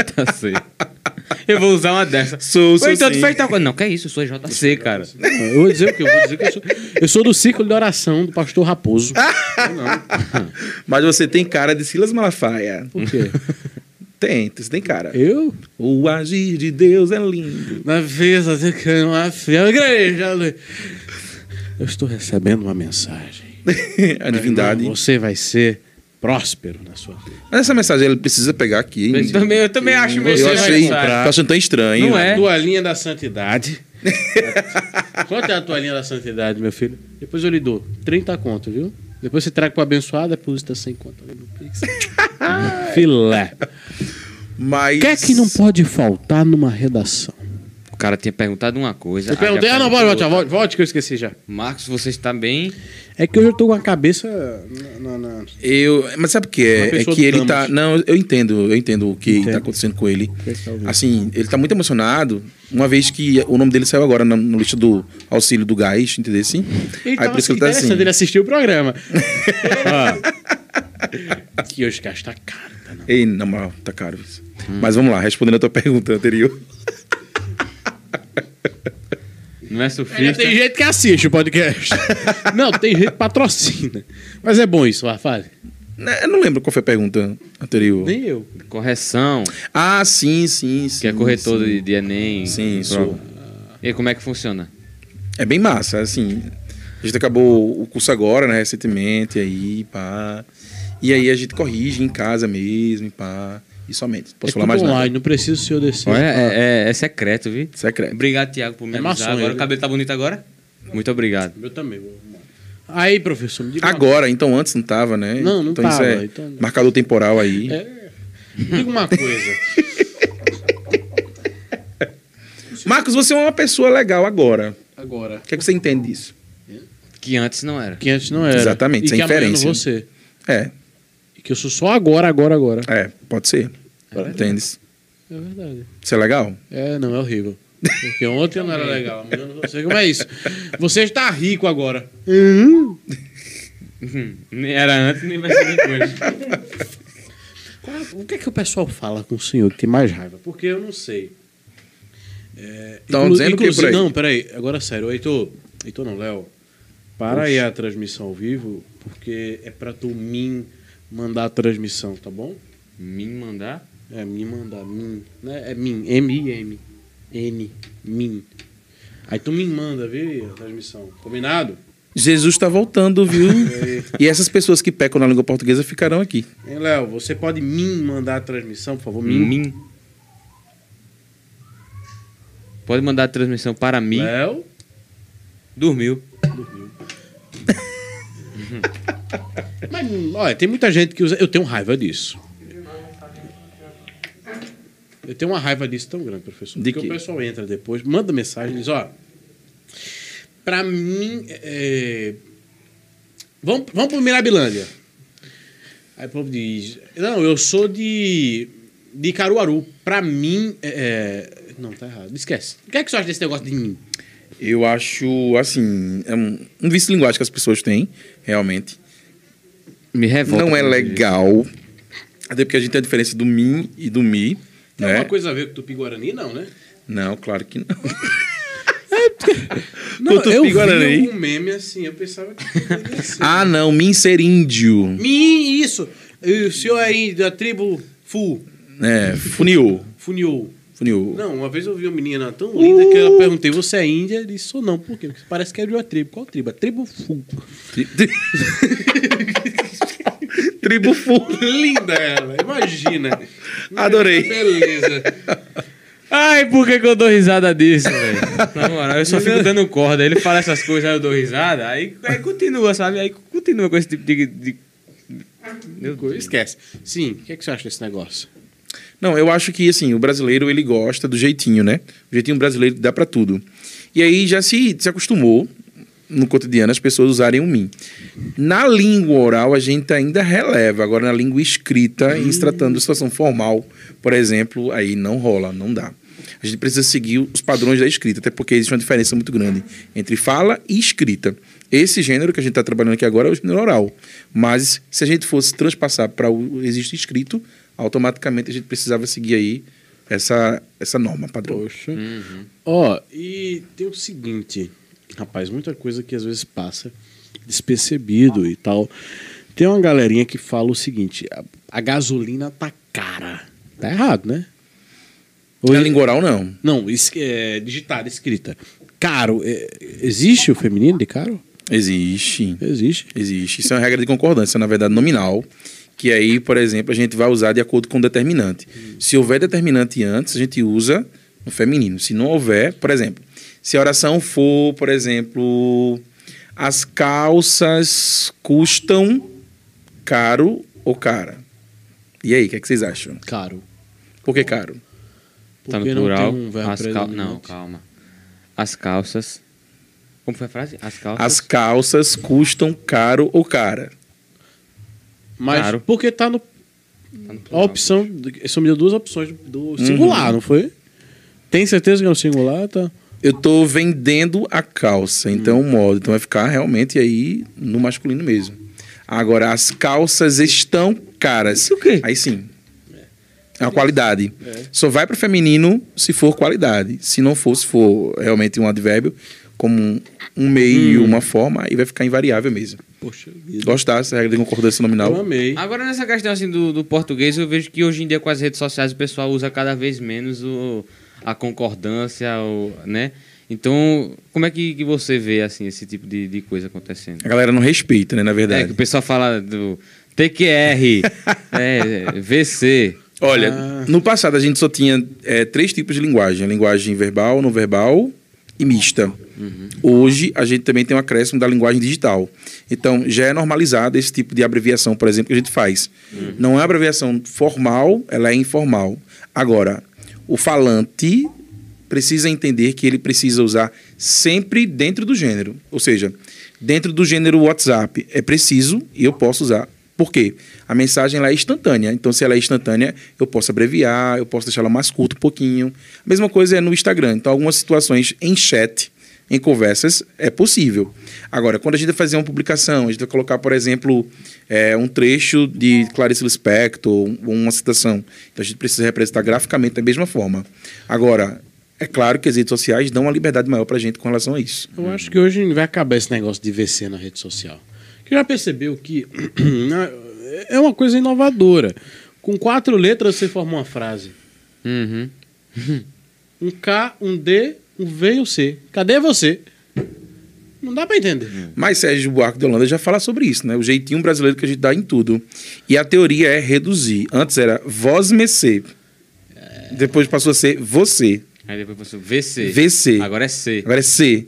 B: Eu vou usar uma dessa.
C: Sou,
B: Ou
C: sou
B: então tu
C: sim.
B: fez tal coisa. Não, que é isso, eu sou EJC, cara.
A: Eu vou dizer o quê? Eu vou dizer que eu sou, eu sou do círculo de oração do pastor Raposo.
C: Ah! Mas você tem cara de Silas Malafaia.
A: Por quê?
C: Tem, você tem cara.
A: Eu?
C: O agir de Deus é lindo.
A: Na vez de que uma fiel igreja. Lu- Eu estou recebendo uma mensagem.
C: a divindade.
A: Irmão, Você vai ser próspero na sua vida.
C: Mas essa mensagem ele precisa pegar aqui. hein?
B: Eu também, eu também acho
A: você
C: Eu
B: mesmo.
A: vai
C: achei.
A: comprar.
C: Tô achando tão estranho.
B: Não é?
A: Tua linha da santidade. Quanto é a tua linha da santidade, meu filho? Depois eu lhe dou 30 conto, viu? Depois você traga pro abençoado, deposita 100 conto ali no Pix. Filé.
C: Mas.
A: O que é que não pode faltar numa redação?
B: O cara tinha perguntado uma coisa.
A: Eu
B: aí já
A: perguntei, ah, não,
B: perguntou
A: volte, volte,
B: outra.
A: volte, volte que eu esqueci já.
B: Marcos, você está bem.
A: É que hoje eu tô com a cabeça na- na- na-
C: Eu, mas sabe o que
A: Uma
C: é? É
A: pessoa
C: que
A: do
C: ele
A: Camus.
C: tá. Não, eu entendo, eu entendo o que
A: Entendo.
C: tá acontecendo com ele.
A: que tá ouvindo?
C: Assim, ele tá muito emocionado, uma vez que o nome dele saiu agora na, na lista do auxílio do gás, entendeu assim?
A: Ele
C: Aí
A: tava
C: por isso que ele tá assim.
A: Então, interessante, ele assistiu o programa. Ó. que hoje gasta caro, tá não.
C: Ei, na moral, tá caro isso. Mas vamos lá, respondendo a tua pergunta anterior.
B: Não é
A: Ainda
B: surfista.
A: tem gente que assiste o podcast. não, tem gente que patrocina. Mas é bom isso, Rafael.
C: Né, Eu não lembro qual foi a pergunta anterior.
A: Nem eu.
B: Correção,
C: Ah, sim, sim, sim.
B: que é corretor
C: sim.
B: de, de Enem.
C: Sim,
B: de
C: sou.
B: prova. E como é que funciona?
C: É bem massa, assim. A gente acabou o curso agora, né, recentemente, aí, pá. E aí a gente corrige em casa mesmo, e pá. E somente. Posso
A: é
C: falar
A: tudo
C: mais
A: online,
C: nada.
A: não precisa o senhor descer.
B: Olha, é, é- é secreto, viu?
C: Secreto.
B: Obrigado, Tiago, por
A: Ah.
B: me
A: É
B: avisar.
A: maçom,
B: agora
A: ele.
B: o cabelo tá bonito agora? Muito obrigado.
A: Eu também. vou arrumar. Aí, professor, me diga uma
C: Agora, então antes não tava, né?
A: Não, não
C: então
A: tava,
C: Isso é
A: então não.
C: Marcador temporal aí.
A: É. Diga uma coisa.
C: Marcos, você é uma pessoa legal agora.
A: Agora.
C: O que, é que você entende disso?
B: Que antes não era.
A: Que antes não era.
C: Exatamente,
A: e
C: sem
A: que amanhã eu não
C: inferência.
A: vou ser.
C: É,
A: E que eu sou só agora, agora, agora.
C: é, pode ser.
A: verdade.
C: Entende?
A: É verdade.
C: Isso é legal?
A: É, não, é horrível. Porque ontem eu não era legal, amanhã eu não vou ser. Como é isso? Você está rico agora.
C: Hum?
B: Nem era antes, nem vai ser depois.
A: Qual- O que é que o pessoal fala com o senhor que tem mais raiva? Porque eu não sei. É,
C: Tão
A: inclu-
C: dizendo o quê por
A: inclusive-
C: aí?
A: Não, peraí. Agora é sério. Heitor, Heitor não, Léo. Para aí a transmissão ao vivo, porque é pra tu mim mandar a transmissão, tá bom?
B: Me mandar?
A: É mim mandar, mim. Né? É mim, M-I-M. N, mim. Aí tu me manda, viu, a transmissão. Combinado?
C: Jesus está voltando, viu? e essas pessoas que pecam na língua portuguesa ficarão aqui.
A: Hein, Léo, você pode mim mandar a transmissão, por favor? Mim.
B: Mim. Pode mandar a transmissão para mim.
A: Léo?
B: Dormiu.
A: Mas, olha, tem muita gente que usa. Eu tenho raiva disso. Eu tenho uma raiva disso tão grande, professor.
C: De
A: porque
C: quê?
A: o pessoal entra depois, manda mensagem e diz: ó, pra mim. é, Vamos, vamos pro Mirabilândia. Aí o povo diz: não, eu sou de. de Caruaru. Pra mim. é, é, Não, tá errado. Esquece. O que é que você acha desse negócio de mim?
C: Eu acho, assim, é um, um vício de linguagem que as pessoas têm, realmente.
B: Me revolta.
C: Não é
B: quando eu vejo
C: legal. Até porque a gente tem a diferença do mim e do mi.
A: Tem
C: né?
A: alguma coisa a ver com Tupi Guarani, não, né?
C: Não, claro que não.
A: Não,
C: Com
A: eu vi
C: Tupi-Guarani.
A: um meme assim, eu pensava que poderia ser.
C: ah, não, mim ser índio.
A: Mim, isso. E O senhor aí da tribo Fu,
C: É, funil.
A: Funiou.
C: Funil.
A: Não, uma vez eu vi uma menina tão linda que eu perguntei, você é índia? Ele disse, sou não. Por quê? Porque parece que é de uma tribo. Qual tribo? A tribo Fu.
C: Tri- tri- Tribo fu.
A: linda ela, imagina.
C: Adorei.
A: Beleza.
B: Ai, por que, que eu dou risada disso, velho? Na moral, eu só fico dando corda. Ele fala essas coisas, aí eu dou risada. Aí, aí continua, sabe? Aí continua com esse tipo de. de... Meu Deus.
A: Esquece. Sim, o que, é que você acha desse negócio?
C: Não, eu acho que assim, o brasileiro ele gosta do jeitinho, né? O jeitinho brasileiro dá pra tudo. E aí já se, se acostumou no cotidiano as pessoas usarem o mim. Na língua oral a gente ainda releva, agora na língua escrita, em se tratando de situação formal, por exemplo, aí não rola, não dá. A gente precisa seguir os padrões da escrita, até porque existe uma diferença muito grande entre fala e escrita. Esse gênero que a gente está trabalhando aqui agora é o gênero oral. Mas se a gente fosse transpassar para o registro escrito, automaticamente a gente precisava seguir aí essa, essa norma padrão.
A: Poxa.
B: Uhum.
A: Ó, e tem o seguinte, rapaz, muita coisa que às vezes passa despercebido e tal. Tem uma galerinha que fala o seguinte: a, a gasolina tá cara. Tá errado, né?
C: Na língua oral, não.
A: Não, es, é, digitada, escrita. Caro. é, existe o feminino de caro?
C: Existe.
A: Existe.
C: Existe. Isso é uma regra de concordância, na verdade, nominal. Que aí, por exemplo, a gente vai usar de acordo com o determinante. Se houver determinante antes, a gente usa no feminino. Se não houver, por exemplo, se a oração for, por exemplo, as calças custam caro ou cara. E aí, o que, é que vocês acham?
A: Caro.
C: Por que caro?
B: Tá no
A: Porque
B: plural.
A: tem um verbo
B: as cal...
A: predominante.
B: Não, calma. As calças. Como foi a frase? As calças.
C: As calças custam caro ou cara.
A: Mas
B: Caro.
A: porque tá no.
B: Tá no plural. Uhum.
A: A opção. São duas opções do singular, não foi? Tem certeza que é um singular? Tá.
C: Eu tô vendendo a calça, então
B: Hum.
C: o modo. Então vai ficar realmente aí no masculino mesmo. Agora, as calças estão caras.
B: Isso o quê?
C: Aí sim. É uma qualidade. Só vai para feminino se for qualidade. Se não for, se for realmente um advérbio, como um, um meio,
B: Hum.
C: uma forma, aí vai ficar invariável mesmo.
A: Poxa vida.
C: Gostar dessa regra de concordância
A: Eu
C: nominal?
A: amei.
B: Agora, nessa questão assim, do, do português, eu vejo que hoje em dia com as redes sociais o pessoal usa cada vez menos o, a concordância, o, né? Então, como é que, que você vê assim, esse tipo de, de coisa acontecendo?
C: A galera não respeita, né, na
B: É, que
C: verdade.
B: o pessoal fala do TQR, é, é, VC.
C: Olha,
A: Ah.
C: no passado a gente só tinha é, três tipos de linguagem: a linguagem verbal, não verbal e mista. Hoje a gente também tem um acréscimo da linguagem digital. Então já é normalizado esse tipo de abreviação, por exemplo, que a gente faz. Não é abreviação formal, ela é informal. Agora, o falante precisa entender que ele precisa usar sempre dentro do gênero. Ou seja, dentro do gênero WhatsApp é preciso e eu posso usar. Por quê? A mensagem ela é instantânea. Então, se ela é instantânea, eu posso abreviar, eu posso deixar ela mais curta um pouquinho. A mesma coisa é no Instagram. Então, algumas situações em chat, em conversas é possível. Agora, quando a gente vai fazer uma publicação, a gente vai colocar, por exemplo, é, um trecho de Clarice Lispector, um- uma citação. Então a gente precisa representar graficamente da mesma forma. Agora, é claro que as redes sociais dão uma liberdade maior para a gente com relação a isso.
A: Eu acho que hoje vai acabar esse negócio de VC na rede social. Que já percebeu que na- é uma coisa inovadora. Com quatro letras você forma uma frase.
B: Uhum.
A: Um K, um D, um V e um C. Cadê você? Não dá pra entender.
C: Mas Sérgio Buarque de Holanda já fala sobre isso, né? O jeitinho brasileiro que a gente dá em tudo. E a teoria é reduzir. Antes era vós mecê. Depois passou a ser você.
B: Aí depois passou VC.
C: VC.
B: Agora é C.
C: Agora é C.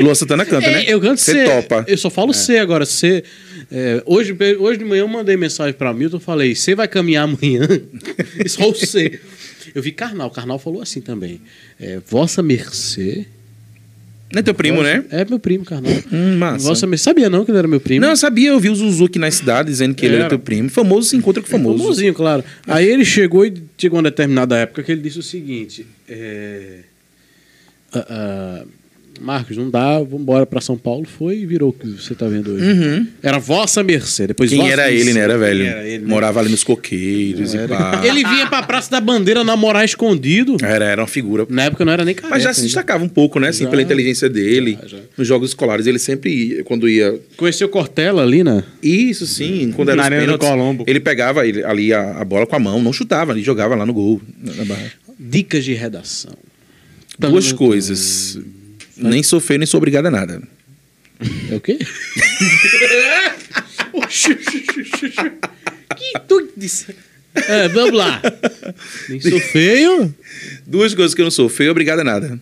C: Luan Santana canta, né?
A: É, eu canto
C: Você
A: C.
C: topa.
A: Eu só falo C agora. C. É, hoje, hoje de manhã eu mandei mensagem pra Milton falei: Você vai caminhar amanhã? E só o C. Eu vi Carnal. Carnal falou assim também: é, Vossa Mercê.
C: Não é teu primo, né?
A: É meu primo, Carnal.
C: Hum, massa.
A: Vossa Mercê. Sabia não que ele era meu primo?
C: Não, eu sabia, eu vi o Zuzu aqui na cidade dizendo que ele era
A: Era. É
C: teu primo. Famoso se encontra com famoso.
A: Famosinho, claro. Aí ele chegou e chegou uma determinada época que ele disse o seguinte: é, ah, ah, Marcos, não dá, vamos embora pra São Paulo. Foi e virou o que você tá vendo hoje. Era Vossa Mercê. Depois
C: Uhum. Quem
A: Vossa
C: era
A: Mercê.
C: ele, né? Era
A: Quem
C: velho.
A: era ele, né?
C: Morava ali nos coqueiros e pá.
A: Ele vinha pra Praça da Bandeira namorar escondido.
C: Era, era uma figura.
A: Na época não era nem careca.
C: É. Mas já se
A: ainda.
C: destacava um pouco, né? Assim,
A: é, Já.
C: pela inteligência dele.
A: Já, já.
C: Nos jogos escolares, ele sempre ia, quando ia.
A: Conheceu Cortella ali, né?
C: Isso, sim. Quando era
B: Na
C: os
B: Arena do
C: pênaltis,
B: Colombo.
C: ele pegava ele- ali a, a bola com a mão, não chutava, ele jogava lá no gol. na- na barra.
A: Dicas de redação. Tá
C: Duas coisas. Nem sou feio, nem sou obrigado a nada.
A: É o quê? Oxi, oxi, oxi, oxi. que tu disse? É, vamos lá. Nem sou feio.
C: Duas coisas que eu não sou feio, obrigado a nada.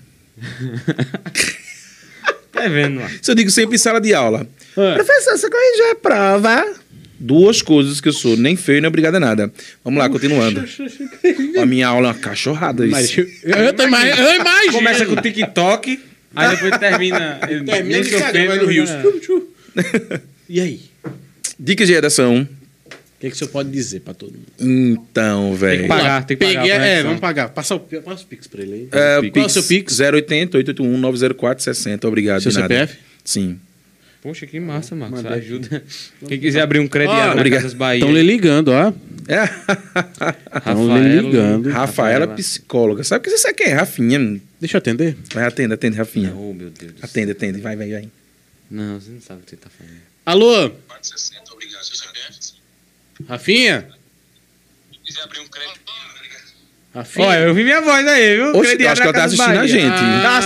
B: Tá vendo, mano?
C: Isso eu digo sempre em sala de aula.
A: É.
C: Professor, você corrigiu a prova? Duas coisas que eu sou, nem feio, nem obrigado a nada. Vamos lá, continuando. A minha aula é uma cachorrada. isso.
A: Mas eu, eu, tô ima- eu imagino.
B: Começa com o TikTok, aí depois termina. ele nem
A: de
B: se
A: cagar,
B: ofende,
A: vai
B: não-
A: no Rio. Tchum, tchum. né? E aí?
C: Dicas de redação.
A: O que, é que o senhor pode dizer pra todo mundo?
C: Então,
B: que
C: velho.
B: pagar,
A: Vamos lá.
B: tem que pagar
A: Peguei-
B: a
A: É,
B: correção.
A: vamos pagar. Passa o, passa o Pix pra ele aí.
C: É,
A: Qual é o seu Pix?
C: 080 881 904 60. Obrigado.
A: Seu
C: de nada.
A: CPF?
C: Sim.
B: Poxa, que massa, Marcos.
A: Mandei.
B: Ajuda. Quem quiser abrir um crediário na
C: obrigado.
B: Casas Bahia.
A: Estão lhe ligando, ó.
C: É.
A: Estão lhe ligando.
C: Rafaela, é psicóloga. Sabe o que você quer? Rafinha.
A: Deixa eu atender.
C: Vai, atenda, atende, Rafinha.
B: Oh, meu Deus do céu.
C: Atende, atende. Vai, vai, vai.
B: Não, você não sabe o que você tá falando.
A: Alô,
D: Obrigado, seu CPF.
A: Rafinha?
D: Se quiser abrir um crédito.
A: Rafinha?
B: Olha, eu vi minha voz aí, viu?
C: Oxe,
B: Crediário
C: acho que
B: na
C: ela tá
B: Casas Bahia.
C: assistindo a gente.
B: Tá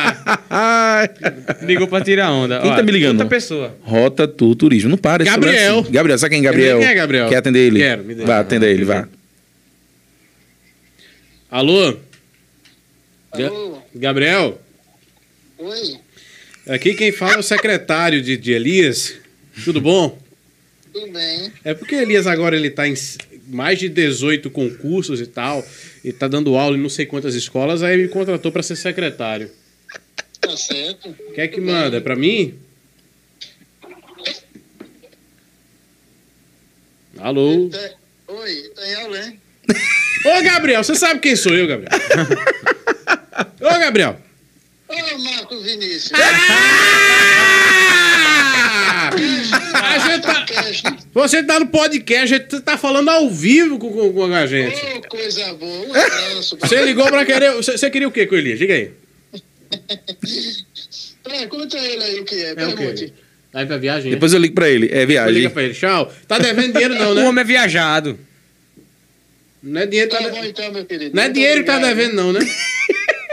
B: assistindo. tá
C: Acho que é.
A: Ah,
B: assistindo. Ligou pra tirar onda.
C: Quem tá
B: Olha,
C: me ligando?
B: Outra pessoa.
C: Rota Tu Turismo. Não para. esse
A: Gabriel.
C: programa é assim. Gabriel, sabe quem é Gabriel?
A: Quem é Gabriel?
C: Quer atender ele?
A: Quero, me dê.
C: Vá, atenda ele, vá.
A: Alô? Ga-
D: Alô?
A: Gabriel?
D: Oi,
A: Aqui quem fala é o secretário de, de Elias. Tudo bom?
D: tudo bem?
A: É porque Elias agora ele tá em s- mais de 18 concursos e tal, e tá dando aula em não sei quantas escolas, aí me contratou para ser secretário.
D: Tá certo?
A: Quem é que manda? É pra mim? Alô?
D: Tá- Oi, tá em aula, hein?
A: Ô, Gabriel, você sabe quem sou eu, Gabriel? Ô, Gabriel!
D: Ô, Marcos Vinícius.
A: Ah! A gente tá- Você tá no podcast, a gente tá falando ao vivo com, com- com a gente.
D: Ô, coisa boa. Um abraço.
A: Você ligou pra querer. Você você queria o quê com o Elias? Diga aí.
D: Pergunta a ele aí o que é.
A: É o quê?
D: Pergunte.
A: Vai pra viagem? né?
C: Depois eu ligo pra ele. É
A: Depois liga
C: viagem.
A: pra ele. Tchau. Tá devendo dinheiro, não,
B: O
A: né?
B: homem é viajado.
A: Não é dinheiro, tá
D: Tá bom
A: de...
D: então, meu querido.
A: Não é
D: Muito
A: dinheiro que tá
D: obrigado.
A: devendo, não, né?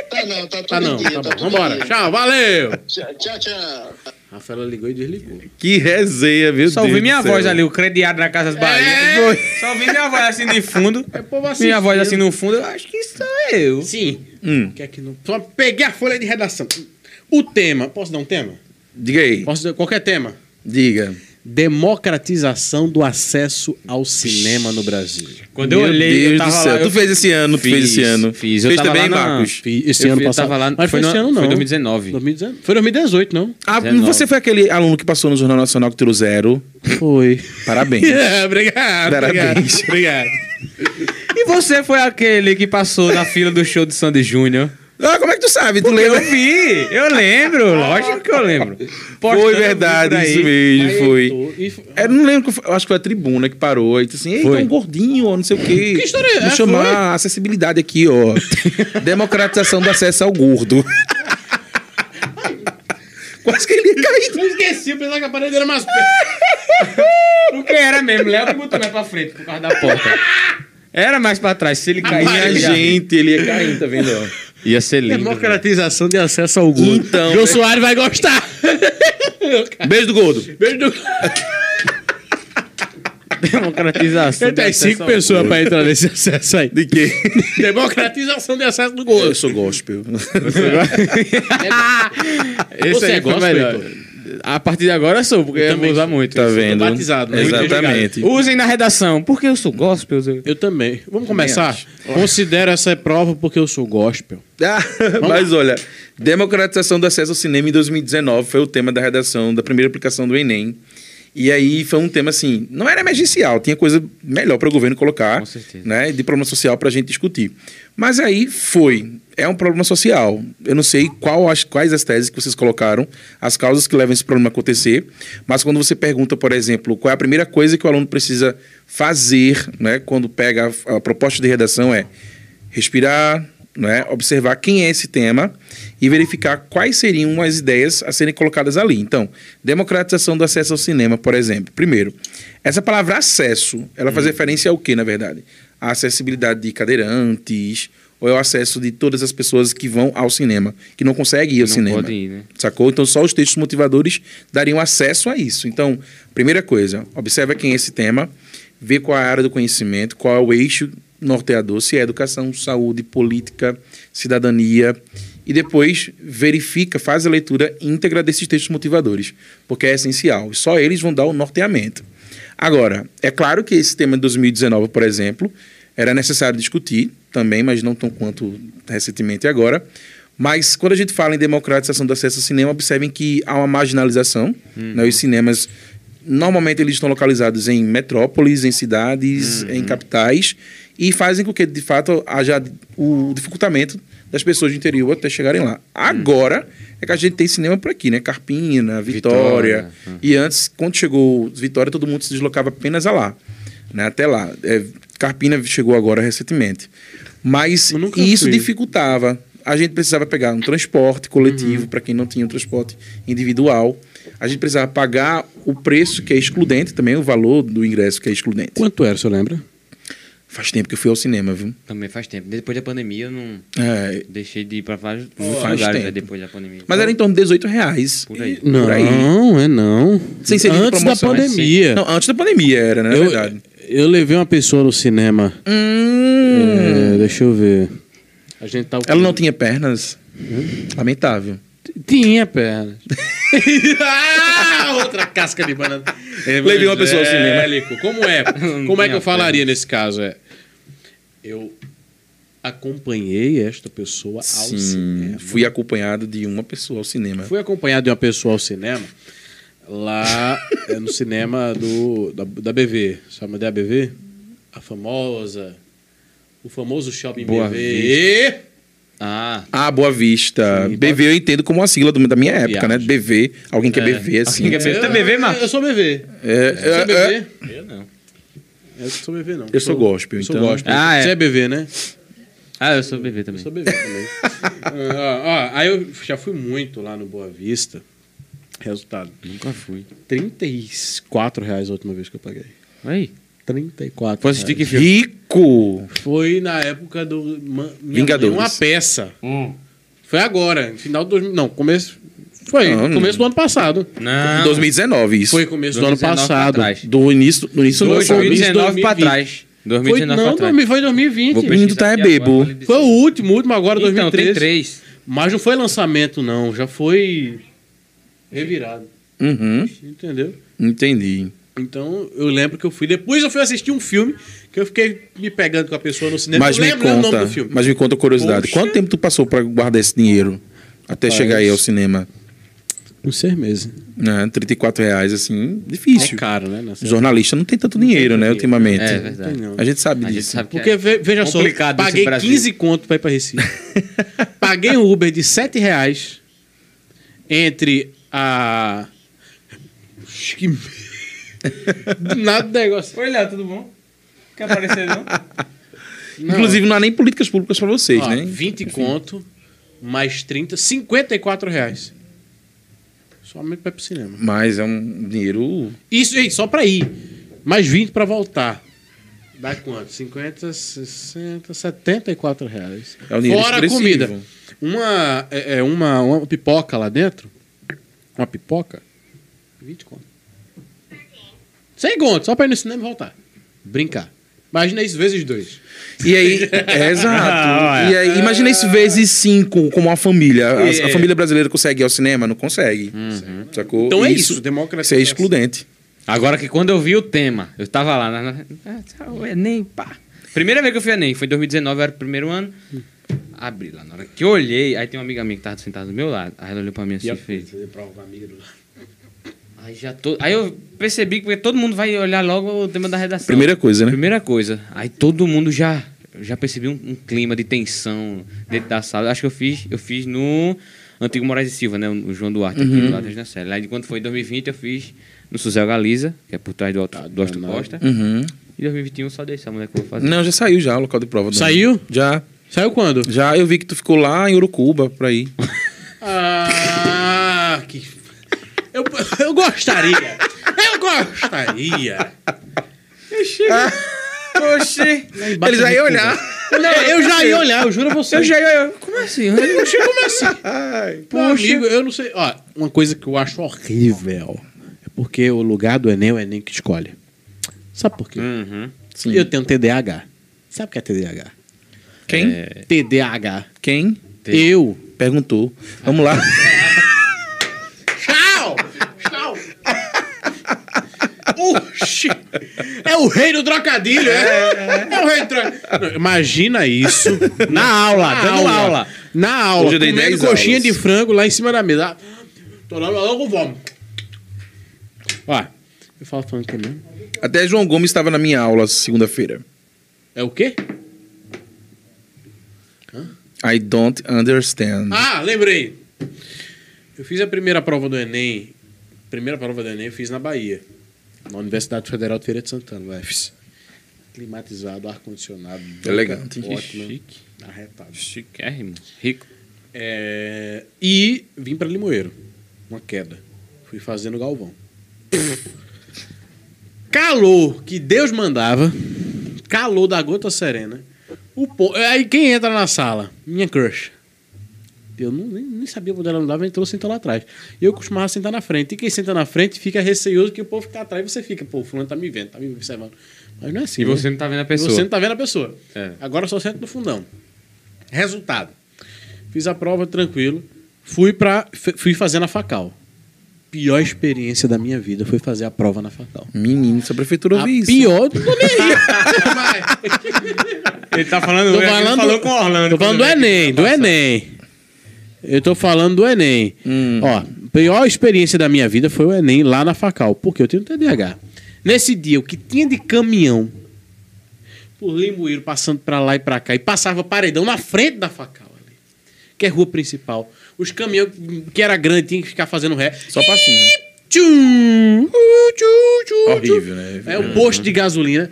D: Tá não, tá tudo
A: Tá não,
D: em dia,
A: tá bom.
D: tudo em
A: Vambora.
D: dia.
A: Tchau, valeu!
D: Tchau, tchau.
A: Rafaela ligou e desligou.
C: Que resenha, viu?
B: Só ouvi minha voz ali, o crediário na Casas Bahia.
A: É.
B: Só ouvi minha voz assim de fundo.
A: É povo assim.
B: Minha voz assim no fundo, eu acho que sou eu.
A: Sim.
C: Hum.
A: Quer que não. Só peguei a folha de redação. O tema. Posso dar um tema?
C: Diga aí.
A: Posso dar qualquer tema?
C: Diga.
A: Democratização do acesso ao cinema no Brasil.
B: Quando
C: Meu
B: eu olhei,
C: Deus
B: eu tava
C: do
B: lá,
C: céu.
B: eu
C: Tu fez esse ano, tu fez esse ano.
B: Fiz, eu
C: Fez
B: tava
C: também,
B: lá na-
C: Marcos?
A: E Esse
B: eu
A: ano
B: fui- eu
A: passado.
B: tava lá-
A: mas
B: foi
A: foi esse
B: no-
A: ano, não.
B: foi 2019.
A: 2019. Foi 2018, não?
C: Ah,
B: 19.
C: você foi aquele aluno que passou no Jornal Nacional que tirou zero.
A: Foi.
C: Parabéns.
B: É,
A: obrigado.
C: Parabéns.
A: Obrigado.
B: E você foi aquele que passou na fila do show de Sandy Júnior?
C: ah, como é que tu sabe? Tu
B: Eu
C: lembra?
B: vi, eu lembro, lógico que eu lembro.
C: Foi verdade, isso mesmo, foi.
A: E foi-
C: Eu não lembro, que foi- eu acho que foi a tribuna que parou e disse assim, eita,
B: Foi.
C: um gordinho, ó, não sei o quê.
A: Que história é
C: Vou
A: essa?
C: chamar
A: Foi?
C: a acessibilidade aqui, ó. Democratização do acesso ao gordo. Quase que ele ia cair.
A: Eu esqueci, eu pensava que a parede era mais perto.
B: Porque era mesmo, Léo que botou mais pra frente por causa da porta. Era mais pra trás, se ele cair,
C: Minha gente, ele ia cair, tá vendo? ó?
B: Ia ser lindo.
A: Democratização de acesso ao gordo.
C: Então,
A: Jô
C: né?
A: Soares vai gostar.
C: Beijo do gordo.
A: Beijo do...
B: Democratização.
A: Tem cinco pessoas pra entrar nesse acesso aí.
C: De quê?
A: Democratização de acesso do
C: Eu
A: gordo.
C: sou gospel.
B: Esse
A: Você é
B: aí foi
A: gosta,
B: melhor. A partir de agora eu sou, porque eu, vou usar muito.
C: Tá
B: isso.
C: vendo?
A: batizado, né?
C: Exatamente.
B: Usem na redação, porque eu sou gospel. eu sou-
A: Eu também. Vamos começar? Considero essa prova porque eu sou gospel.
C: Ah, mas olha, democratização do acesso ao cinema em 2019 foi o tema da redação da primeira aplicação do Enem. E aí foi um tema assim, não era emergencial, tinha coisa melhor para o governo colocar,
B: Com certeza.
C: né, de problema social para a gente discutir. Mas aí foi, é um problema social. Eu não sei qual as- quais as teses que vocês colocaram, as causas que levam esse problema a acontecer, mas quando você pergunta, por exemplo, qual é a primeira coisa que o aluno precisa fazer, né, quando pega a, a proposta de redação é respirar, né, observar quem é esse tema e verificar quais seriam as ideias a serem colocadas ali. Então, democratização do acesso ao cinema, por exemplo. Primeiro, essa palavra acesso, ela
B: Hum.
C: faz referência ao que, na verdade? A acessibilidade de cadeirantes ou é o acesso de todas as pessoas que vão ao cinema, que não conseguem ir ao
B: Não
C: cinema.
B: pode ir, né?
C: Sacou? Então, só os textos motivadores dariam acesso a isso. Então, primeira coisa, observa quem é esse tema, vê qual é a área do conhecimento, qual é o eixo norteador, se é educação, saúde, política, cidadania, e depois verifica, faz a leitura íntegra desses textos motivadores, porque é essencial. Só eles vão dar o norteamento. Agora, é claro que esse tema de 2019, por exemplo, era necessário discutir também, mas não tão quanto recentemente agora. Mas quando a gente fala em democratização do acesso ao cinema, observem que há uma marginalização. Né? Os cinemas, normalmente, eles estão localizados em metrópoles, em cidades, em capitais, e fazem com que, de fato, haja o dificultamento das pessoas do interior até chegarem lá. Agora é que a gente tem cinema por aqui, né? Carpina, Vitória.
B: Vitória.
C: Uhum. E antes, quando chegou Vitória, todo mundo se deslocava apenas a lá. Né? Até lá. É, Carpina chegou agora recentemente. Mas
A: Eu nunca
C: isso
A: fui.
C: dificultava. A gente precisava pegar um transporte
A: Uhum.
C: coletivo para quem não tinha um transporte individual. A gente precisava pagar o preço que é excludente, também o valor do ingresso que é excludente.
A: Quanto era, o senhor lembra?
C: Faz tempo que eu fui ao cinema, viu?
B: Também faz tempo. Depois da pandemia, eu não
C: É,
B: deixei de ir pra vários muitos
C: faz
B: lugares
C: tempo.
B: né, depois da pandemia.
C: mas era em torno de 18 reais.
B: Por aí.
A: Não,
C: Por aí.
A: é não.
C: Sem ser de
A: Antes da
C: promoção, né?
A: pandemia.
C: Não, antes da pandemia era, né? Na
A: eu, É.
C: verdade.
A: eu levei uma pessoa no cinema.
C: Hum.
A: É, deixa eu ver. A gente tá tava.
C: Ela não tinha pernas? Lamentável.
A: Tinha perna. ah, outra casca de banana.
C: Levei uma pessoa assim né? ao cinema.
A: Evangélico. Como é?
B: Não
A: Como é que
B: tinha
A: eu falaria nesse caso? É, eu acompanhei esta pessoa ao cinema.
C: Fui acompanhado de uma pessoa ao cinema.
A: Fui acompanhado de uma pessoa ao cinema, lá é, no cinema do, da, da BV. Sabe onde é a BV? A famosa. O famoso shopping
B: Boa
A: BV.
B: Ah,
C: Ah, Boa Vista.
A: Sim,
C: BV eu entendo como a sigla do- da minha época, né?
A: Viagem.
C: BV. Alguém que é, BV, assim.
B: Alguém quer
A: Eu-
B: Você é BV, Marcos?
A: Eu sou BV.
C: É,
A: Você é
C: é, é.
A: BV?
B: eu não.
A: Eu não sou BV, não.
C: Eu sou gospel,
A: eu sou
C: então.
A: gospel.
B: Ah, é.
A: Você é BV, né?
B: Ah, eu sou bebê
A: Eu
B: também.
A: sou BV também. Ah, ó, ó, aí eu já fui muito lá no Boa Vista. Resultado:
B: Nunca fui.
A: R$34 reais a última vez que eu paguei.
B: Aí.
A: 34
B: Foi assistir que filme?
C: Rico!
A: Foi na época do. ma- minha
C: Vingadores.
A: mãe, Uma peça.
B: Hum.
A: Foi agora, final de 2000. Não, começo. Foi,
C: Não, não.
A: começo do ano passado.
B: Não.
C: Em 2019, isso.
A: Ah. Foi começo do ano
B: 2019 pra
A: passado.
B: trás.
C: Do início, do início do ano.
A: Dois mil-
C: passado.
B: 2019 pra
A: 2020.
B: trás.
A: Foi,
B: 2019
A: não,
B: pra trás.
A: 2000 foi 2020.
B: Vou
C: O menino
B: pesquisar
C: tá é
B: aqui agora,
C: bebo.
B: vou lhe dizer.
A: Foi o último, último agora,
B: Então, tem
A: 2013.
B: três.
A: Mas não foi lançamento, não. Já foi revirado.
C: Uhum.
A: Entendeu?
C: Entendi.
A: Então, eu lembro que eu fui. Depois eu fui assistir um filme que eu fiquei me pegando com a pessoa no cinema.
C: mas
A: eu
C: me
A: lembro Né, o nome
C: conta,
A: do filme.
C: mas me conta a curiosidade.
A: Poxa.
C: Quanto tempo tu passou pra guardar esse dinheiro até chegar aí ao cinema?
A: Uns seis meses.
C: Né? 34 reais, assim,
A: É
C: difícil.
A: caro, né? nessa-
C: Jornalista não tem tanto dinheiro, né,
A: dinheiro.
C: ultimamente.
B: É verdade.
A: Não.
C: A gente sabe
B: A gente
C: disso.
B: sabe que
A: Porque,
B: é
A: ve- veja só,
B: complicado esse
A: paguei
B: Brasil.
A: 15 conto pra ir pra Recife. paguei um Uber de 7 reais entre a. Oxe, Que... Do Nada do negócio.
E: Oi, Léo, tudo bom? Quer aparecer, não?
A: é
C: Inclusive, não há nem políticas públicas pra vocês,
A: Ó,
C: né?
A: 20 conto, mais 30, 54 reais. Somente pra ir pro cinema.
C: Mas é um dinheiro.
A: Isso, gente, só pra ir. Mais 20 pra voltar. Dá quanto? 50, 60, 74 reais.
C: É um dinheiro
A: Fora a
C: expressivo.
A: comida. Uma, é, é, uma, uma pipoca lá dentro. Uma pipoca. 20 conto. 100 conto, só pra ir no cinema e voltar. Brincar. Imagina isso vezes dois.
C: E aí, é,
A: Ah,
C: exato. E aí, imagina isso vezes cinco, como uma família. A,
A: É.
C: a família brasileira consegue ir ao cinema? Não consegue. Sacou?
A: Então é isso, democracia
C: Isso é
A: é
C: excludente.
B: Agora que quando eu vi o tema, eu tava lá na, na- ah, o Enem, pá. Primeira vez que eu fui ao Enem, foi em 2019, era o primeiro ano. Abri lá, na hora que eu olhei, aí tem uma amiga minha que tava sentada do meu lado. Aí ela olhou pra mim assim e fez. Aí já tô. Aí eu percebi que todo mundo vai olhar logo o tema da redação.
C: Primeira coisa, né?
B: Primeira coisa. Aí todo mundo já já percebi um, um clima de tensão dentro da sala. Acho que eu fiz, eu fiz no Antigo Moraes e Silva, né? O João Duarte, aqui do lado da Série. Aí de quando foi em 2020, eu fiz no Suzel Galiza, que é por trás do, Alto, do Astro Costa.
C: Uhum.
B: E 2021 só deixa a mulher que eu vou fazer.
C: Não, já saiu já o local de prova. do-
A: Saiu?
C: Já.
A: Saiu quando?
C: Já eu vi que tu ficou lá em Urucuba, pra ir.
A: Ah, que. Eu, eu gostaria. Eu gostaria.
B: Oxi!
A: Embaixo
C: Eles já
A: de
C: iam
A: Cuba.
C: olhar.
A: Não, É, eu já ia olhar, eu juro a você.
B: Eu já eu, como assim? Eu
A: Poxa, como assim?
C: Ai.
A: Meu amigo, eu não sei. Ó, uma coisa que eu acho horrível é porque o lugar do Enem é o Enem que escolhe. Sabe por quê?
B: uhum.
C: Sim.
A: Eu tenho TDAH. Sabe o que é TDAH?
C: Quem?
A: É. TDAH.
C: Quem?
A: Eu.
C: Perguntou. Vamos lá.
A: Tchau! Tchau! Oxi! É o rei do trocadilho, é? É o rei do trocadilho. Imagina isso na aula,
B: Na
A: dando aula.
B: aula.
A: Na aula,
C: Hoje eu dei
A: comendo
C: 10
A: coxinha
C: aulas.
A: de frango lá em cima da mesa. Ah, Tô lá, logo vamos. Ó, eu falo falando que é mesmo.
C: Até João Gomes estava na minha aula segunda-feira.
A: É o quê?
C: I don't understand.
A: Ah, lembrei. Eu fiz a primeira prova do Enem. Primeira prova do Enem eu fiz na Bahia. Na Universidade Federal de Feira de Santana, UFS. Climatizado, ar-condicionado. banca
C: Elegante.
A: Ótima,
B: Chique.
A: Arretado.
B: Chiquérrimo. Rico.
A: É, E vim pra Limoeiro. Uma queda. Fui fazendo galvão. Calor que Deus mandava. Calor da gota serena. O po... Aí quem entra na sala? Minha crush. Eu não, nem, nem sabia onde ela andava, entrou sentou lá atrás. E eu costumava sentar na frente. E quem senta na frente fica receioso que o povo que tá atrás você fica, pô, o fulano tá me vendo, tá me observando. Mas não é assim.
B: E
A: né?
B: você não tá vendo a
A: E
B: pessoa.
A: Você não tá vendo a pessoa.
B: É.
A: Agora eu só sento no fundão. Resultado. Fiz a prova tranquilo. Fui para fui fazer na Facal. Pior experiência da minha vida foi fazer a prova na Facal.
C: Menino, se a prefeitura
A: a
C: ouvir isso.
A: pior, não tô nem aí.
E: Ele tá falando,
A: Tô
E: ele
A: falando,
E: falou com o Orlando.
A: Tô falando do
E: quando veio
A: Enem,
E: aqui
A: do
E: pra passar.
A: Enem. Eu tô falando do Enem.
E: Hum.
A: Ó, a pior experiência da minha vida foi o Enem lá na Facal, porque eu tenho TDAH. Nesse dia, o que tinha de caminhão por Limoeiro, passando pra lá e pra cá, e passava paredão na frente da Facal ali, que é rua principal. Os caminhões que era grande tinha que ficar fazendo ré.
C: Só passinho.
A: Tchum, uh, tchum, tchum,
C: Horrível,
A: tchum.
C: né?
A: É o posto de gasolina.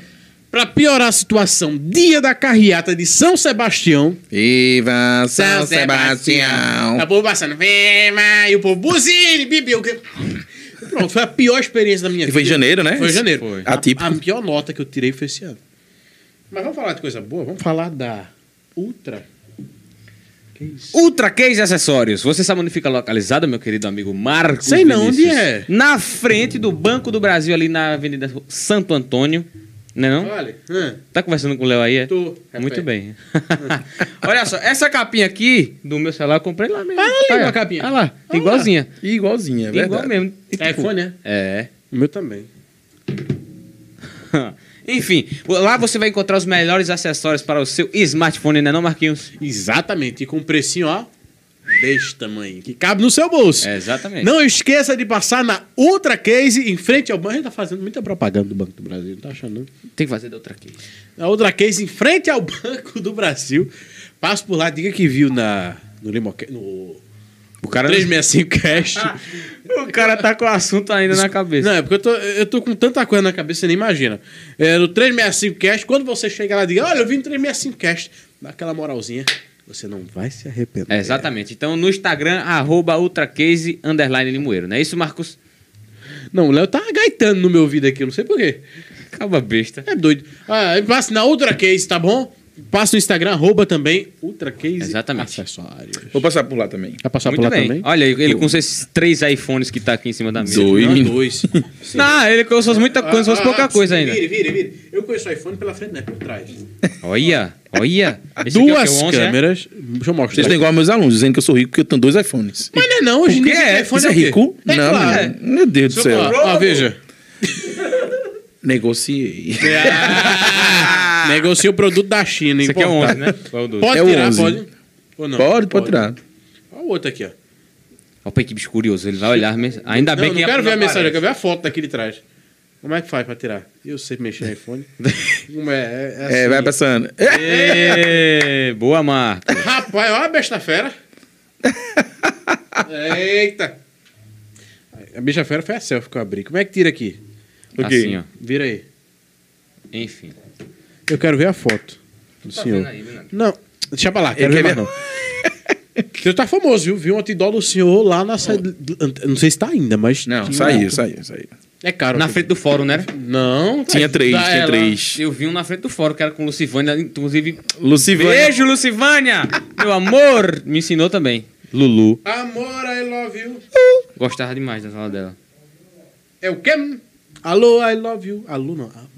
A: Pra piorar a situação, dia da carreata de São Sebastião.
C: Viva São Sebastião.
A: Tá o povo passando. Vema! E o povo buzine, bibiu. Pronto, foi a pior experiência da minha
C: E
A: vida.
C: foi em janeiro, né?
A: Foi em janeiro.
C: Foi.
A: A-
C: Atípico.
A: A, pior nota que eu tirei foi esse ano. Mas vamos falar de coisa boa? Vamos falar da Ultra. Que isso?
B: Ultra Case Acessórios. Você sabe onde fica localizado, meu querido amigo Marcos?
A: Sei não, onde
B: Vinícius?
A: é?
B: Na frente do Banco do Brasil, ali na Avenida Santo Antônio. Não é não?
A: Olha. hã,
B: Tá conversando com o Léo aí, é?
A: Tô.
B: Muito
A: Repete.
B: bem. Olha só, essa capinha aqui do meu celular eu comprei lá mesmo.
A: Ah, ela
B: Tá
A: lembra
B: aí, ó.
A: a capinha.
B: Ah lá, igualzinha.
C: Igualzinho, é verdade.
B: Igual mesmo. E,
A: É
B: tipo,
A: iPhone, né?
B: É.
A: O meu também.
B: Enfim, lá você vai encontrar os melhores acessórios para o seu smartphone, né não, Marquinhos?
A: Exatamente. E com um precinho, ó, deste tamanho, que cabe no seu bolso.
B: É, exatamente.
A: Não esqueça de passar na Ultra Case, em frente ao banco. A gente tá fazendo muita propaganda do Banco do Brasil, não tá achando? não?
B: Tem que fazer da outra aqui.
A: Na Ultra Case, em frente ao Banco do Brasil. Passa por lá, diga que viu na, no Limoca... No... O cara 365 Cast.
B: O cara tá com o assunto ainda na cabeça.
A: Não, é porque eu tô, eu tô com tanta coisa na cabeça, você nem imagina. É, no 365 Cast, quando você chega lá, diga, olha, eu vim no 365 Cast. Dá aquela moralzinha. Você não vai se arrepender.
B: É, exatamente. Então no Instagram, arroba ultracase underline limoeiro, não é isso, Marcos?
A: Não, o Léo tá gaitando no meu ouvido aqui, eu não sei porquê.
B: Acaba besta.
A: É doido. Ah, passa na Ultra Case, tá bom? Passa no Instagram, arroba também. Ultra Case
B: Exatamente.
A: Acessórios.
C: Vou passar por lá também.
A: Vai passar
B: Muito
A: por lá
B: bem.
A: também?
B: Olha, ele com esses três iPhones que tá aqui em cima da mesa.
C: Dois.
A: Não, dois.
B: Não, ele com suas muita coisa, suas
A: Ah,
B: pouca
A: ah,
B: coisa ainda.
A: Vire, vire, vire. Eu conheço o iPhone pela frente, né? Por trás.
B: Olha, olha. Esse aqui é o
A: Duas
B: que, o 11, é?
A: câmeras. Deixa eu mostrar.
C: Vocês estão igual meus alunos, dizendo que eu sou rico porque eu tenho dois iPhones.
A: Mas não é não, hoje em
B: Por quê?
A: dia
B: É,
A: iPhone
C: Isso é
A: o quê?
C: rico?
A: É
C: não,
A: claro.
C: menino. meu Deus do céu.
A: Ó, ó, veja.
C: Negociei.
A: Negocia o produto da China,
B: Esse aqui é o
A: importado.
B: 11, né? Ou é o 12?
A: Pode
C: É o
A: tirar,
C: 11.
A: pode. Ou não?
C: Pode, pode tirar.
A: Olha o outro aqui, ó.
B: Opa, que bicho curioso. Ele vai olhar. a mens- Ainda
A: Não,
B: bem
A: não
B: que é
A: quero ver a mensagem, eu
B: aparece.
A: quero ver a foto daqui de trás. Como é que faz pra tirar? Eu sei mexer no iPhone. Como é? É, é
C: É,
A: assim.
C: vai passando.
B: Ê, Boa, Marco.
A: Rapaz, olha a besta fera. Eita. A besta fera foi a selfie que eu abri. Como é que tira aqui?
C: Ok.
B: Assim, ó.
A: Vira aí.
B: Enfim.
A: Eu quero ver a foto do senhor. Não, deixa pra lá, quero
C: Ele
A: ver
C: quer
A: mais não. O senhor tá famoso, viu? Viu um antidó do senhor lá na saída... Não sei se tá ainda, mas...
C: Não,
A: tinha-
C: saiu, saiu, saiu.
A: É caro.
B: Na
A: aqui.
B: frente do fórum, né?
A: Não.
C: Tinha três,
B: Da
C: tinha
B: ela.
C: três.
B: Eu vi um na frente do fórum, que era com Lucivânia, inclusive.
C: Lucivânia.
B: Beijo, Lucivânia! Meu amor! Me ensinou também. Lulu.
A: Amor, I love you.
B: Gostava demais da sala dela.
A: É o quê? Alô, I love you. Alô, não. amo.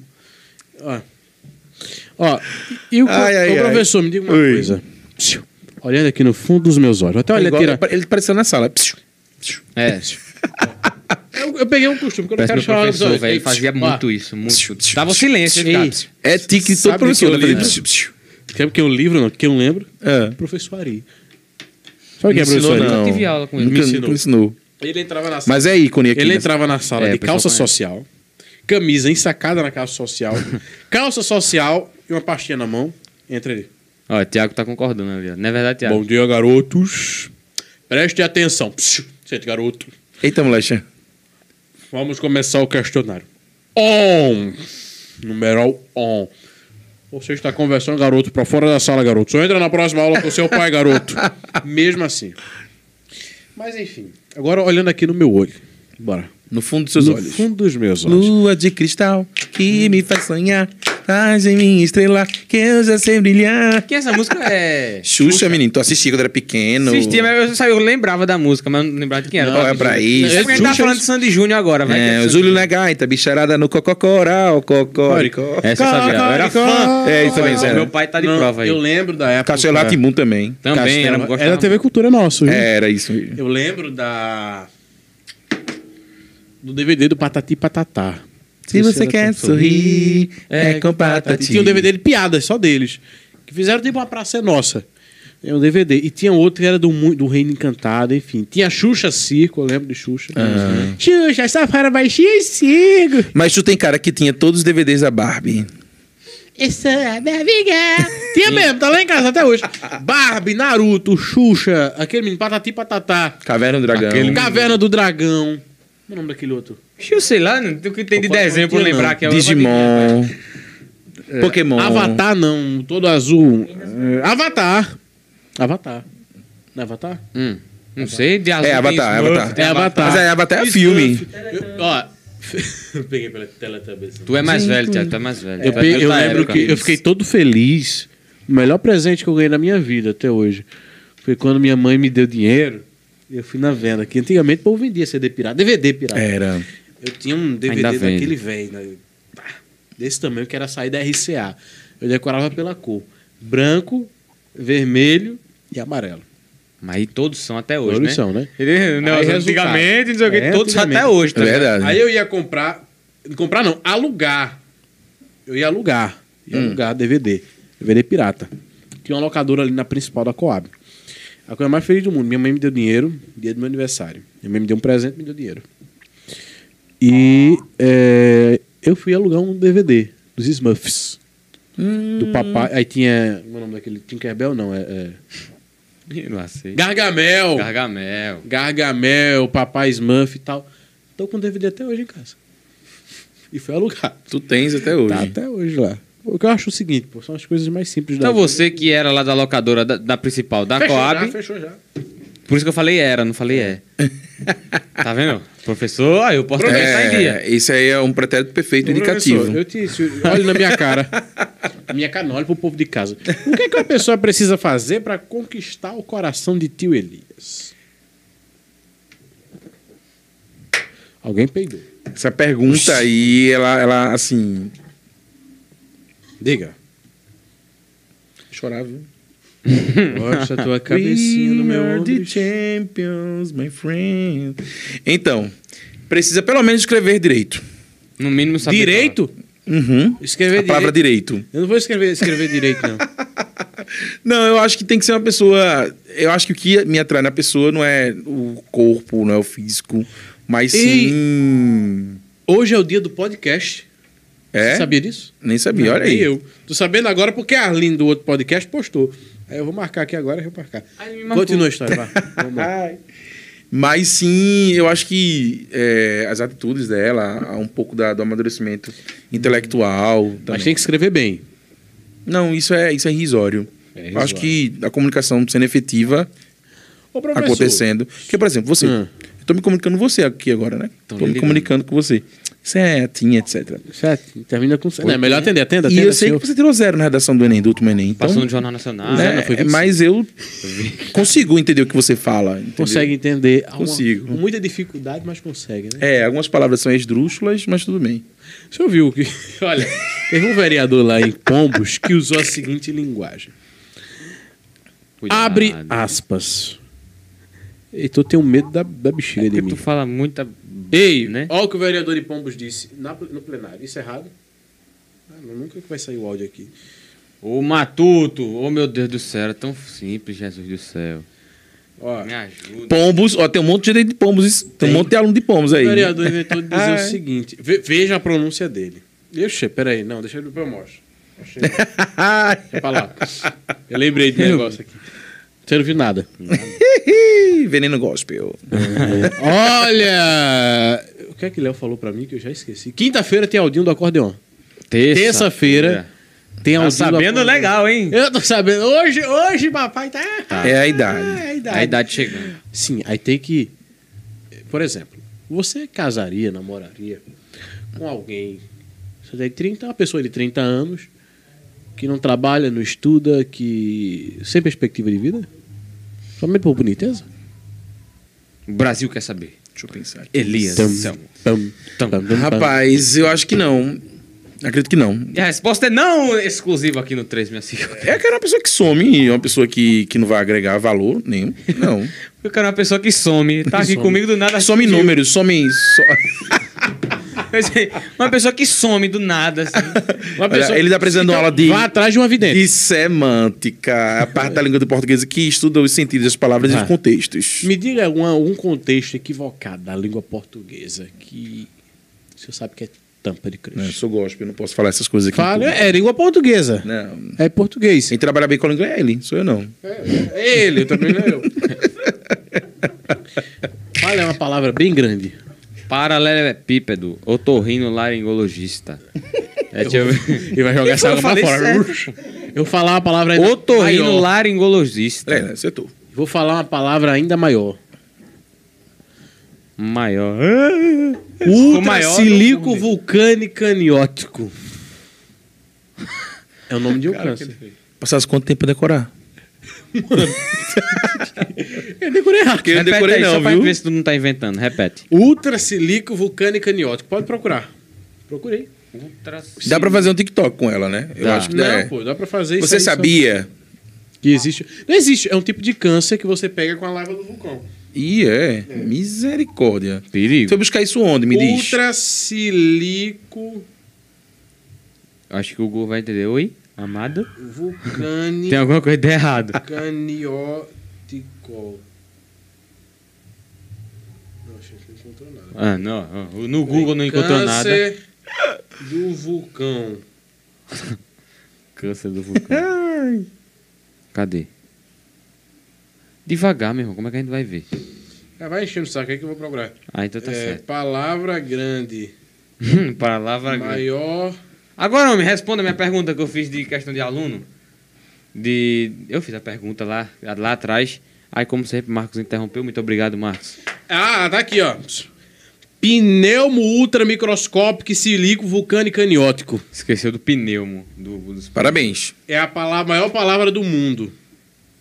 A: Ó. Ó, e o, co-
C: Ai, ai,
A: ô,
C: ai.
A: professor, me diga uma
C: Ui.
A: coisa. Psiu. Olhando aqui no fundo dos meus olhos. Vou Até olha,
C: Igual-
A: tira.
C: Ele apareceu na sala.
B: É.
A: Eu, eu peguei um costume que eu não
B: Parece
A: quero
B: meu
A: chamar os
B: professor,
A: olhos.
B: velho. Ele fazia muito isso, muito. Tava o silêncio, ele
A: Ei.
B: ficava-
C: É tique de
A: Sabe
C: todo
A: o que eu
C: professor. né?
A: li,
C: Fazer
A: né?
C: psiu, psiu.
A: Quer que eu livro, não? Que eu lembro?
C: É.
A: Professor Ari. Sabe quem é
C: Me ensinou,
A: professor Ari?
C: não.
B: tive aula com ele.
A: Me
C: Nunca
A: ensinou.
C: nunca ensinou.
A: Ele entrava na sala.
C: Mas é ícone aqui.
A: Ele
C: né?
A: entrava na sala
B: É,
A: de
B: o pessoal
A: calça
B: conhece.
A: social, camisa ensacada na calça social, calça social e uma pastinha na mão. Entra ele.
B: Ó, o Thiago tá concordando ali, ó. Não é verdade, Thiago?
A: Bom dia, garotos. Preste atenção. Psiu, Sente, garoto.
C: Eita, moleque.
A: Vamos começar o questionário. On. Numeral on. Você está conversando, garoto, para fora da sala, garoto. Só entra na próxima aula com seu pai, garoto. Mesmo assim. Mas enfim. Agora olhando aqui no meu olho. Bora.
C: No fundo dos seus
A: no
C: olhos.
A: fundo dos meus olhos.
C: Lua de cristal que me faz sonhar. Faz em mim estrela que eu já sei brilhar.
B: Que essa música é.
C: Xuxa, menino, tu assistia quando era pequeno.
B: Assistia, mas eu, sabe, eu lembrava da música, mas não lembrava de quem era.
C: Não, é pra isso.
B: É porque a gente tá
C: Xuxa-
B: falando de Sandy Júnior agora, vai.
C: É,
B: que
C: o Júlio na gaita, bicharada no cococoral, cocoricó.
B: Essa eu sabia. Eu era fã.
C: É, isso também,
B: Mas
C: sério.
B: Meu pai tá de
A: Não,
B: prova aí.
A: Eu lembro da época.
C: Castelo Timum também.
B: Também,
A: Castelo-
B: era,
A: Era
B: gostava.
A: a TV Cultura nosso, viu?
C: É, era isso. mesmo.
A: Eu lembro da. Do DVD do Patati e Patatá.
C: Se você quer sorrir, é com
A: E
C: patati.
A: tinha um DVD de piadas, só deles. Que fizeram tipo uma Praça é Nossa. É um DVD. E tinha outro que era do, Mu- do Reino Encantado, enfim. Tinha Xuxa Circo, eu lembro de Xuxa. Ah. Xuxa, essa fara baixinha e circo.
C: Mas tu tem cara que tinha todos os DVDs da Barbie.
A: Essa é a minha amiga. Tinha mesmo, tá lá em casa até hoje. Barbie, Naruto, Xuxa, aquele menino, Patati e Patatá.
C: Caverna do Dragão.
A: Caverna do Dragão. Como é o nome daquele outro?
B: Ixi, Eu sei lá, né, do que tem de
A: Opa,
B: desenho pra
A: não tinha,
B: lembrar
A: não.
B: que é o-
C: Digimon. É. Pokémon.
A: Avatar não, todo azul. É, Avatar. Avatar. Não é Avatar?
B: Hum, não sei, de azul.
C: É, Avatar,
B: tem Smurf,
C: Avatar.
B: tem
A: É Avatar.
C: Mas é, Avatar é filme.
A: Eu- ó, eu peguei pela Teletubbies.
B: Tu é mais velho, Thiago, tu é mais velho.
A: Eu,
B: Tu é
A: pe- eu
B: da
A: lembro
B: época.
A: que eu fiquei todo feliz. O melhor presente que eu ganhei na minha vida até hoje foi quando minha mãe me deu dinheiro. e Eu fui na venda, que antigamente o povo
C: É.
A: vendia CD pirata, DVD pirata.
C: Era.
A: Eu tinha um DVD
B: Ainda vende.
A: daquele velho. né? Pá. desse tamanho que era sair da RCA. Eu decorava pela cor: branco, vermelho e amarelo.
B: Mas aí todos são até hoje,
A: Todos
B: né?
A: são, né?
B: Ele, não,
A: Aí,
B: antigamente, não sei o
A: resultado.
B: que, todos são
A: É,
B: até hoje, tá
C: É
B: ligado?
C: verdade.
A: Aí eu ia comprar. Comprar não, alugar. Eu ia alugar. Ia alugar DVD. DVD pirata. Tinha uma locadora ali na principal da Coab. A coisa mais feliz do mundo. Minha mãe me deu dinheiro dia do meu aniversário. Minha mãe me deu um presente me deu dinheiro. E é, eu fui alugar um DVD dos Smurfs. Do papai. Aí tinha. Como é o nome daquele? Tinkerbell? Não, é. é...
B: Ih, Não sei.
A: Gargamel!
B: Gargamel.
A: Gargamel, Papai Smurf e tal. Tô com DVD até hoje em casa. E foi alugado.
C: Tu tens até hoje.
A: Tá até hoje lá. O que eu acho o seguinte, pô, são as coisas mais simples
B: Então
A: da
B: você que era lá da locadora da, da principal, da
A: Fechou né?
B: Coab,
A: já, fechou já.
B: por isso que eu falei era, não falei é. tá vendo? Professor, aí eu posso
C: É,
B: pensar em dia.
C: Isso aí é um pretérito perfeito
A: Professor,
C: indicativo.
A: Eu te disse, olha na minha cara. Na minha cara, não, olha pro povo de casa. O que, é que uma pessoa precisa fazer pra conquistar o coração de tio Elias? Alguém peidou.
C: Essa pergunta aí, ela, ela assim.
A: Diga.
C: Chorava.
A: Mostra a tua cabecinha no meu
C: We are
A: ombro.
C: the champions, my friend. Então, precisa pelo menos escrever direito.
B: No mínimo saber.
A: Direito?
C: Uhum.
A: Escrever
C: A palavra direito.
A: Eu não vou escrever, escrever direito, não.
C: Não, eu acho que tem que ser uma pessoa. Eu acho que o que me atrai na pessoa não é o corpo, não é o físico, mas
A: Ei.
C: sim.
A: Hoje é o dia do podcast.
C: É?
A: Você sabia disso?
C: Nem sabia, olha
A: Nem
C: aí.
A: eu. Tô sabendo agora porque a Arlene do outro podcast postou. Aí eu vou marcar aqui agora, eu vou marcar.
B: Aí me marcou.
A: Continua a história, vá. Vamos lá.
C: Mas sim, eu acho que é, as atitudes dela, há um pouco da- do amadurecimento intelectual.
A: Mas
C: também.
A: tem que escrever bem.
C: Não, isso é, isso é irrisório.
A: É
C: Eu acho
A: irrisório.
C: que a comunicação sendo efetiva
A: Ô, professor.
C: acontecendo. Porque, por exemplo, você.
A: Hum.
C: Eu tô me comunicando com você aqui agora, né?
B: Tô
C: tô
B: me
C: me
B: ligando.
C: comunicando com você. é, Certinha, etc.
A: Certo, termina com... Não, é melhor atender, atenda,
C: E
A: atenda.
C: eu sei que
A: senhor.
C: você tirou zero na redação do Enem, do último Enem. Então,
B: Passou no um Jornal Nacional.
A: Zero,
C: né?
A: não, foi 25.
C: mas eu consigo entender o que você fala. entendeu?
A: Consegue entender. Há uma-
C: Consigo.
A: com muita dificuldade, mas consegue, né?
C: É, algumas palavras são esdrúxulas, mas tudo bem.
A: Você ouviu que. Olha, teve um vereador lá em Pombos que usou a seguinte linguagem.
B: Cuidado.
A: Abre aspas. Então eu tenho medo da, da bexiga de
B: Porque
A: mim.
B: tu fala muita.
A: Ei,
B: né?
A: olha o que o vereador de Pombos disse na- no plenário. Isso é errado? Ah, não, nunca que vai sair o áudio aqui.
B: Ô Matuto, ô oh, meu Deus do céu, era tão simples, Jesus do céu.
A: Ó,
B: Me ajuda.
C: Pombos, ó, tem um monte de gente de pombos, isso- tem um monte de aluno de pombos
A: o
C: aí.
A: vereador inventou de dizer
C: Ah,
A: o
C: é.
A: seguinte. ve- veja a pronúncia dele. Ixi, peraí. Não, deixa eu depois eu mostro. Achei- É pra lá. Eu lembrei de um negócio aqui. Você não viu nada.
C: Ih, Veneno gospel.
A: Olha! O que é que o Léo falou pra mim que eu já esqueci? Quinta-feira tem Aldinho do Acordeon. Terça-feira tem Aldinho
B: Tá
A: do
B: sabendo
A: Acordeon.
B: legal, hein?
A: Eu tô sabendo. Hoje, hoje, papai tá.
C: É a
A: É
C: idade.
A: a idade.
B: A idade chegando.
A: Sim, aí tem que. Por exemplo, você casaria, namoraria com alguém. Você tem 30, uma pessoa de 30 anos que não trabalha, não estuda, que. sem perspectiva de vida? Somente por boniteza?
B: O Brasil quer saber.
C: Deixa eu pensar. aqui.
B: Elias.
A: tam, tam, tam, tam.
C: Então, Rapaz, eu acho que não. Acredito que não.
B: E a resposta é não exclusiva aqui no 365.
C: É que era uma pessoa que some, uma pessoa que, que não vai agregar valor nenhum. Não.
B: Eu quero uma pessoa que some. Tá aqui
A: some.
B: comigo do nada. tipo,
C: Some
B: sumiu.
C: números, some. so-
B: assim, Uma pessoa que some do nada, assim.
A: Uma
C: Olha,
A: pessoa-
C: ele tá precisando de uma aula de-
A: Vá atrás de uma vidente.
C: de semântica, a parte da língua do português que estuda os sentidos das palavras e
A: Ah.
C: os contextos.
A: Me diga algum, algum contexto equivocado da língua portuguesa que. Você sabe que é tampa de
C: Não, eu
A: crush.
C: Né, sou gospel, eu não posso falar essas coisas aqui. em
A: Fala,
C: público.
A: é língua portuguesa.
C: Não.
A: É português.
C: Quem trabalha bem com a língua é ele, sou eu não.
A: É ele, eu também não é eu. Olha, é uma palavra bem grande.
B: Paralelepípedo. Otorrino laringologista. É, deixa eu ver.
A: Ele vai jogar essa
B: Eu
A: água pra
B: falei
A: fora. Eu vou falar uma palavra ainda
B: Otorrino
A: maior.
B: laringologista.
C: É, acertou.
A: Vou falar uma palavra ainda maior.
B: Maior.
A: Ultra
B: maior, não
A: silico
B: vou
A: vulcânico aniótico. É o nome de um câncer.
C: Passasse quanto tempo a decorar?
A: Eu decorei errado.
C: Porque eu
B: Repete
C: decorei
B: aí, só
C: não,
B: pra
C: viu?
B: ver se tu não tá inventando. Repete.
A: Ultra silico vulcânico aniótico. Pode procurar. Procurei.
E: Ultra
C: Dá pra fazer um TikTok com ela, né? Eu
E: Dá.
C: acho que
A: Não,
C: dá.
A: pô, dá pra fazer isso.
C: Você
A: aí só-
C: sabia?
A: Que existe. Não existe. É um tipo de câncer que você pega com a lava do vulcão.
C: Ih, é. Misericórdia. Você
E: perigo.
C: vai buscar isso onde, me diz?
A: Ultracilico
E: Acho que o Google vai entender. Oi, amado?
A: vulcânico.
E: Tem alguma coisa de errado.
A: Caniótico. Não, achei que não encontrou nada.
E: Ah, não. ah, No Google não encontrou nada.
A: Câncer do vulcão.
E: Câncer do vulcão. Cadê? Devagar, meu irmão. Como é que a gente vai ver?
A: Ah, vai enchendo o saco aí que eu vou procurar.
E: Ah, então tá
A: É,
E: certo.
A: Palavra grande.
E: Palavra grande.
A: maior.
E: Agora, homem, responda a minha pergunta que eu fiz de questão de aluno. De... Eu fiz a pergunta lá, lá atrás. Aí, como sempre, Marcos interrompeu. Muito obrigado, Marcos.
A: Ah, tá aqui, ó. Pneumo ultramicroscópico silico vulcânico caniótico.
E: Esqueceu do pneumo. Do, dos-
C: Parabéns.
A: É a palavra, maior palavra do mundo.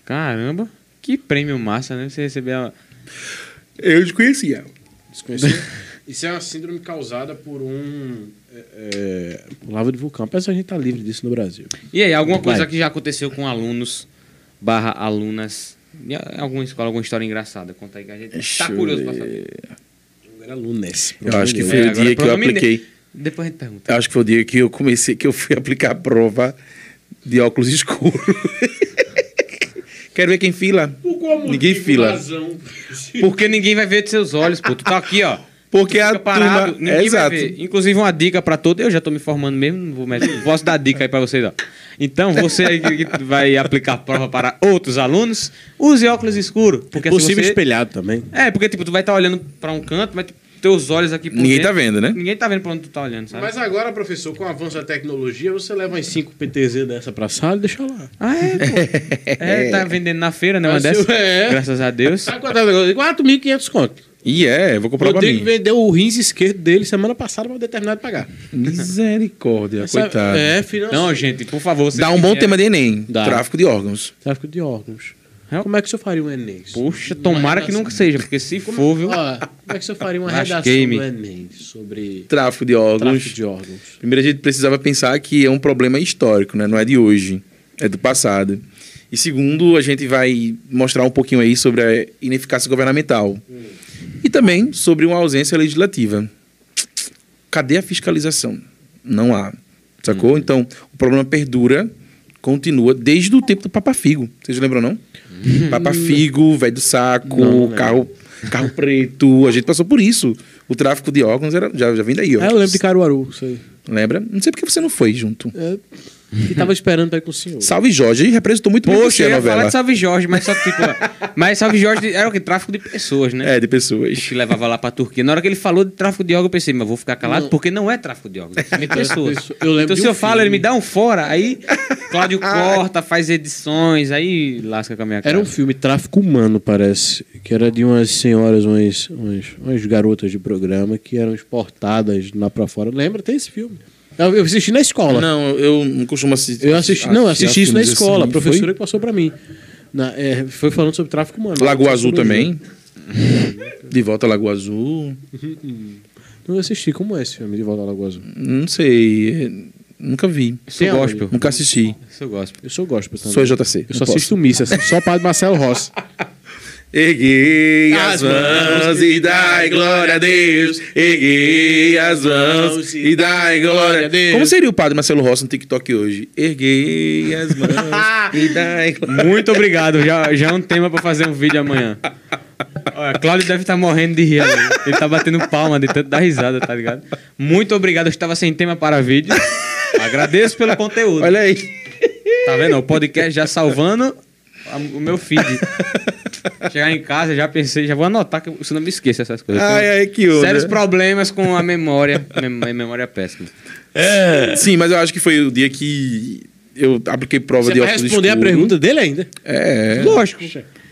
E: Caramba, que prêmio massa, né? Você receber a...
C: Eu desconhecia.
A: Desconhecido. Isso é uma síndrome causada por um. É, é, lava de vulcão. Parece que a gente tá livre disso no Brasil.
E: E aí, alguma coisa
A: Vai.
E: que já aconteceu com alunos barra alunas em alguma escola, alguma história engraçada? Conta aí que a gente tá curioso pra saber.
A: Eu era lunes.
C: Eu acho que
E: É,
C: foi o
E: agora
C: dia que eu
E: pronome
C: apliquei.
E: Depois a gente pergunta.
C: Eu acho que foi o dia que eu comecei, que eu fui aplicar a prova de óculos escuros. Quero ver quem fila.
A: Por qual motivo,
C: Ninguém fila.
A: razão?
E: Porque ninguém vai ver de seus olhos, pô. Tu tá aqui, ó.
C: Porque a
E: Fica parado,
C: turma...
E: ninguém
C: É,
E: vai
C: exato.
E: ver. Inclusive, uma dica pra todo. Eu já tô me formando mesmo, não vou mais- posso dar dica aí pra vocês, ó. Então, você aí que que vai aplicar a prova para outros alunos, use óculos escuro.
C: assim,
E: Porque se
A: Possível
E: você...
A: espelhado também.
E: É, porque tipo, tu vai estar olhando pra um canto, mas tipo, teus olhos aqui por
C: Ninguém
E: dentro-
C: tá vendo, né?
E: Ninguém tá vendo pra onde tu tá olhando, sabe?
A: Mas agora, professor, com o avanço da tecnologia, você leva umas 5 PTZ dessa pra sala e deixa lá.
E: Ah, é, pô. É, tá vendendo na feira, né? Uma
A: Mas
E: dessas.
A: eu- é.
E: Graças a Deus.
A: Sabe quanto é o negócio? 4.500 conto.
C: E é, eu vou comprar pra
A: Rodrigo
C: mim.
A: vendeu o rins esquerdo dele semana passada pra determinar de pagar.
C: Misericórdia,
A: Essa-
C: coitado.
A: É, financeiro.
E: Não, gente, por favor. você
C: Dá um
E: que
C: bom
E: quer-
C: tema de Enem.
A: Dá.
C: Tráfico de órgãos.
A: Tráfico de órgãos.
E: É.
A: Como é que o senhor faria um Enem?
E: Poxa, tomara que nunca seja, porque se for, viu?
A: Ó, como é que o senhor faria uma redação
E: Lasquei-me.
A: do Enem sobre
C: Tráfico de órgãos.
A: tráfico de órgãos?
C: Primeiro a gente precisava pensar que é um problema histórico, né? Não é de hoje, é do passado. E segundo, a gente vai mostrar um pouquinho aí sobre a ineficácia governamental. E também sobre uma ausência legislativa. Cadê a fiscalização? Não há. Sacou? Então, o problema perdura, continua desde o tempo do Papa Figo. Vocês lembram, não? Papa Figo, velho do saco, carro, carro preto. A gente passou por isso. O tráfico de órgãos era, já, já vem daí, ó.
A: Ah, eu lembro de Caruaru, isso aí.
C: Lembra? Não sei porque você não foi junto.
A: É, que tava esperando pra ir com o senhor.
C: Salve Jorge, representou muito bem
E: Poxa,
C: você
E: eu
C: a
E: ia é falar
C: novela.
E: de Salve Jorge, mas só que, tipo. mas Salve Jorge era o que? Tráfico de pessoas, né?
C: É, de pessoas.
E: Que levava lá pra Turquia. Na hora que ele falou de tráfico de órgãos, eu pensei, mas vou ficar calado porque não é tráfico de órgãos, é tráfico de pessoas.
A: Eu lembro
E: então,
A: de
E: se
A: um
E: eu falo, ele
A: filme.
E: me dá um fora, aí Cláudio corta, faz edições, aí lasca com a minha cara.
A: Era um filme Tráfico Humano, parece, que era de umas senhoras, umas, umas, umas garotas de programa que eram exportadas lá pra fora. Lembra? Tem esse filme. Eu, eu assisti na escola.
C: Não, eu não costumo assistir.
A: eu assisti, não, eu assisti isso na
C: filmes
A: escola.
C: assim,
A: a professora
C: foi?
A: que passou pra mim. Na- é, foi falando sobre tráfico humano.
C: Lagoa
A: Sobre
C: Azul
A: sobre-
C: também. De volta a Lagoa Azul.
A: Não eu assisti. Como é esse filme de Volta à Lagoa Azul?
C: Não sei. é, Nunca vi.
E: Isso eu
A: Tem
E: gosto,
A: aonde?
E: pô.
C: Nunca assisti.
E: Isso eu gosto.
A: Eu sou gospel também.
C: Sou JC.
A: Eu só assisto missa, assim, só para Marcelo Rossi.
C: Erguei
A: as mãos e dai glória a Deus.
C: Erguei as
A: mãos e
C: dai glória a Deus. Como seria o padre Marcelo Rossi no TikTok hoje? Erguei as mãos e dai
B: tá
C: glória
E: Muito obrigado. Já, já é um tema pra fazer um vídeo amanhã. Olha, Cláudio deve estar morrendo de rir. ali. Ele tá batendo palma de tanto dar risada, tá ligado? Muito obrigado. Eu estava sem tema para vídeo. Agradeço pelo conteúdo.
C: Olha aí.
E: Tá vendo? O podcast já salvando a- o meu feed. Chegar em casa, já pensei, já vou anotar que eu- se não me esqueça essas coisas.
C: Ai, né? ai, que onda.
E: Sérios problemas com a memória. Mem memória
B: é
E: péssima.
C: Sim, mas eu acho que foi o dia que eu apliquei prova
A: Você
C: de
A: vai
C: óculos
A: responder a
C: escuro.
A: pergunta dele ainda?
C: É.
E: Lógico.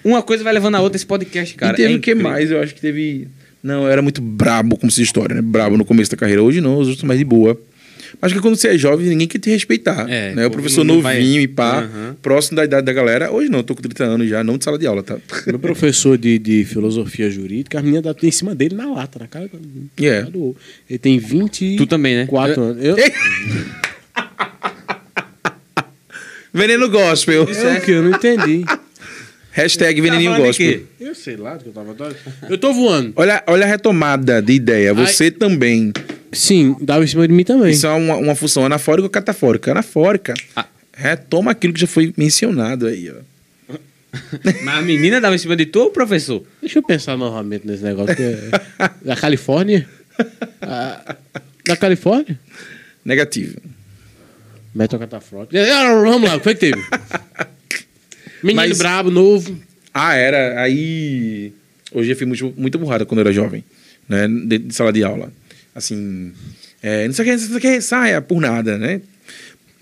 E: Uma coisa vai levando a outra esse podcast, cara.
C: e teve
E: É
C: o que
E: incrível.
C: mais? Eu acho que teve. Não, eu era muito brabo com essa história, né? Brabo no começo da carreira. Hoje não, hoje eu tô mais de boa. Mas que quando você é jovem, ninguém quer te respeitar.
B: É,
C: né? O
B: pô,
C: professor
B: não vai-
C: novinho e pá,
B: Aham.
C: próximo da idade da galera. Hoje não, eu tô com 30 anos já, não de sala de aula, tá?
A: Meu professor de, de filosofia jurídica, a menina dá em cima dele na lata, na cara,
C: É.
A: cara do ovo. Ele tem 24
B: Tu também, né?
A: anos. Eu,
C: Veneno gospel.
A: eu, que eu não entendi.
C: Hashtag veneninho
E: é- tá falando de
C: gospel.
E: quê?
A: Eu sei lá do que eu tava. Eu tô voando.
C: Olha, olha a retomada de ideia. Você também.
A: Sim, dava em cima de mim também.
C: Isso é uma, uma função anafórica ou catafórica? Anafórica.
B: Ah.
C: Retoma aquilo que já foi mencionado aí, ó.
B: Mas a menina dava em cima de tu ou o professor?
A: Deixa eu pensar novamente nesse negócio. que é- da Califórnia? Ah, da Califórnia?
C: Negativo.
A: Metrocatafrótica. É, Vamos lá, o que foi que teve? Menino
C: Mas-
A: brabo, novo.
C: Ah, era. Aí. Hoje eu fui muito, muito burrada quando eu era jovem, né? De, de sala de aula. Assim. é, não sei o que, não sei o que, saia por nada, né?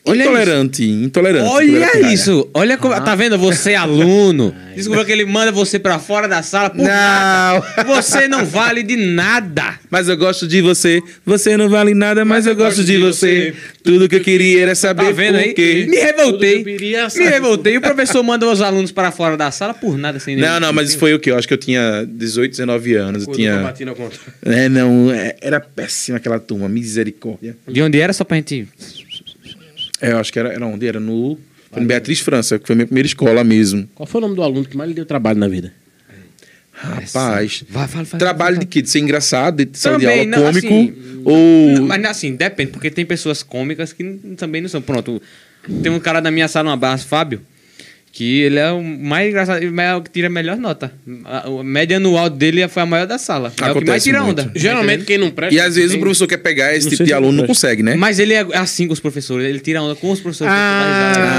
B: Olha
C: intolerante, intolerante. quando eu era
B: Olha
C: pirralha.
B: isso! Olha como. Tá vendo? Você, aluno. Descobriu que ele manda você pra fora da sala por nada.
C: Não!
B: Você não vale de nada.
C: Mas eu gosto de você. Você não vale nada, mas, eu gosto de você. Tudo que eu queria era saber
B: Tá vendo
C: por
B: aí?
C: quê.
B: Me revoltei.
A: Tudo que eu queria era
B: Me
A: saber
B: revoltei. E o professor manda os alunos para fora da sala por nada, sem nenhum-
C: Não, não, mas isso foi o quê? Eu acho que eu tinha 18, 19 anos. Eu tinha.
A: na conta.
C: É, não, é- era péssima aquela turma, misericórdia.
B: De onde era, só pra gente.
C: É, eu acho que era, era onde? Era no. foi no Beatriz França, que foi a minha primeira escola mesmo.
A: Qual foi o nome do aluno que mais lhe deu trabalho na vida?
C: Rapaz.
B: Vai, fala, fala,
C: Trabalho
B: fala.
C: de quê? De ser engraçado, de sala de aula
B: Também, não,
C: cômico?
B: assim,
C: ou.
B: Não, Mas assim, depende, porque tem pessoas cômicas que n- também não são. Pronto, tem um cara da minha sala, um abraço, Fábio, que ele é o mais engraçado, ele é o que tira a melhor nota. A, a média anual dele foi a maior da sala. é o que
C: Acontece
B: mais tira
C: muito.
B: onda. tá
A: Geralmente
B: entendendo?
A: quem não presta.
C: E às vezes o
A: tem-
C: professor quer pegar esse
A: Não
C: tipo
A: sei
C: de
A: se
C: aluno, não
A: acontece.
C: consegue, né?
B: Mas ele é assim com os professores, ele tira onda com os professores.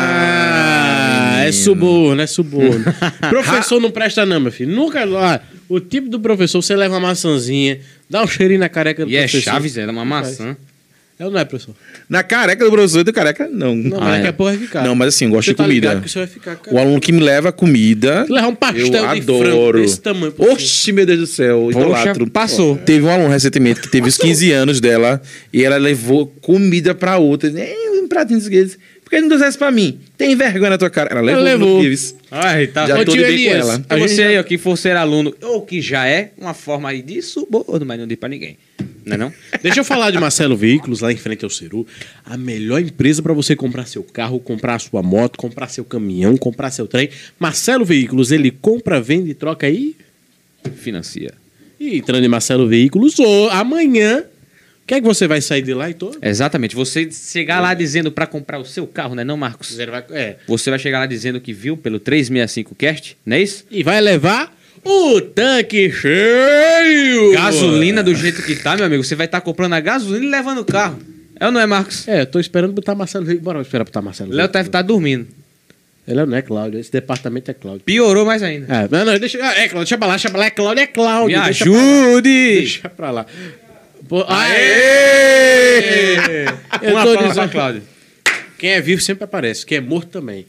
A: Ah, é suborno, é suborno. professor não presta não, meu filho. Nunca lá. O tipo do professor, você leva uma maçãzinha, dá um cheirinho na careca do
B: E é
A: professor.
B: Chaves, era uma maçã.
A: É ou não é, professor?
C: Na careca do professor, do careca, não.
A: Não,
C: Não,
A: mas
B: Ah,
A: daqui
B: é.
A: a pouco vai ficar.
C: mas assim, eu gosto
A: Você
C: de
A: tá
C: comida.
A: ligado que você vai ficar, cara.
C: o aluno que me leva comida.
A: Levar um pastel
C: eu
A: de frango
C: adoro.
A: desse tamanho pra você.
C: Oxi, meu Deus do céu. Idolatro.
B: passou.
C: Teve um aluno recentemente que teve os 15 anos dela e ela levou comida pra outra. Ei, um pratinho de guedes. Por que não trouxe essa pra mim? Tem vergonha na tua cara. Ela levou.
A: levou.
C: não quis.
B: Ai, tá.
C: Já
A: Ô,
C: tô
A: tio
C: de bem com
A: Elias, é
C: ela.
B: A
A: A
B: você
A: gente-
B: aí, ó, que for ser aluno, ou que já é, uma forma aí de suborno, mas não diz pra ninguém. Não é não?
A: Deixa eu falar de Marcelo Veículos, lá em frente ao Ceru. A melhor empresa para você comprar seu carro, comprar sua moto, comprar seu caminhão, comprar seu trem. Marcelo Veículos, ele compra, vende, troca aí.
B: Financia.
A: E entrando em Marcelo Veículos, ou amanhã, o que é que você vai sair de lá e todo?
B: Exatamente. Você chegar lá dizendo pra comprar o seu carro, né, não, Marcos?
A: É.
B: Você vai chegar lá dizendo que viu pelo 365cast, não é isso?
A: E vai levar o tanque cheio!
B: Gasolina do jeito que tá, meu amigo. Você vai estar comprando a gasolina e levando o carro. É ou não é, Marcos?
A: É, eu tô esperando botar Marcelo Veículos. Bora esperar botar Marcelo
B: Léo tá- deve estar dormindo.
A: Ele não é Cláudio, esse departamento é Cláudio.
B: Piorou mais ainda.
A: É, não, não, deixa. ah, É, Cláudio, deixa pra lá, deixa pra lá, é Cláudio, é Cláudio.
B: Me
A: deixa pra lá.
B: ajude!
A: Deixa pra lá. Pô, aê! Eu
B: Uma
A: tô
B: palma pra
A: dizendo-
B: Cláudio.
A: Quem é vivo sempre aparece, quem é morto também.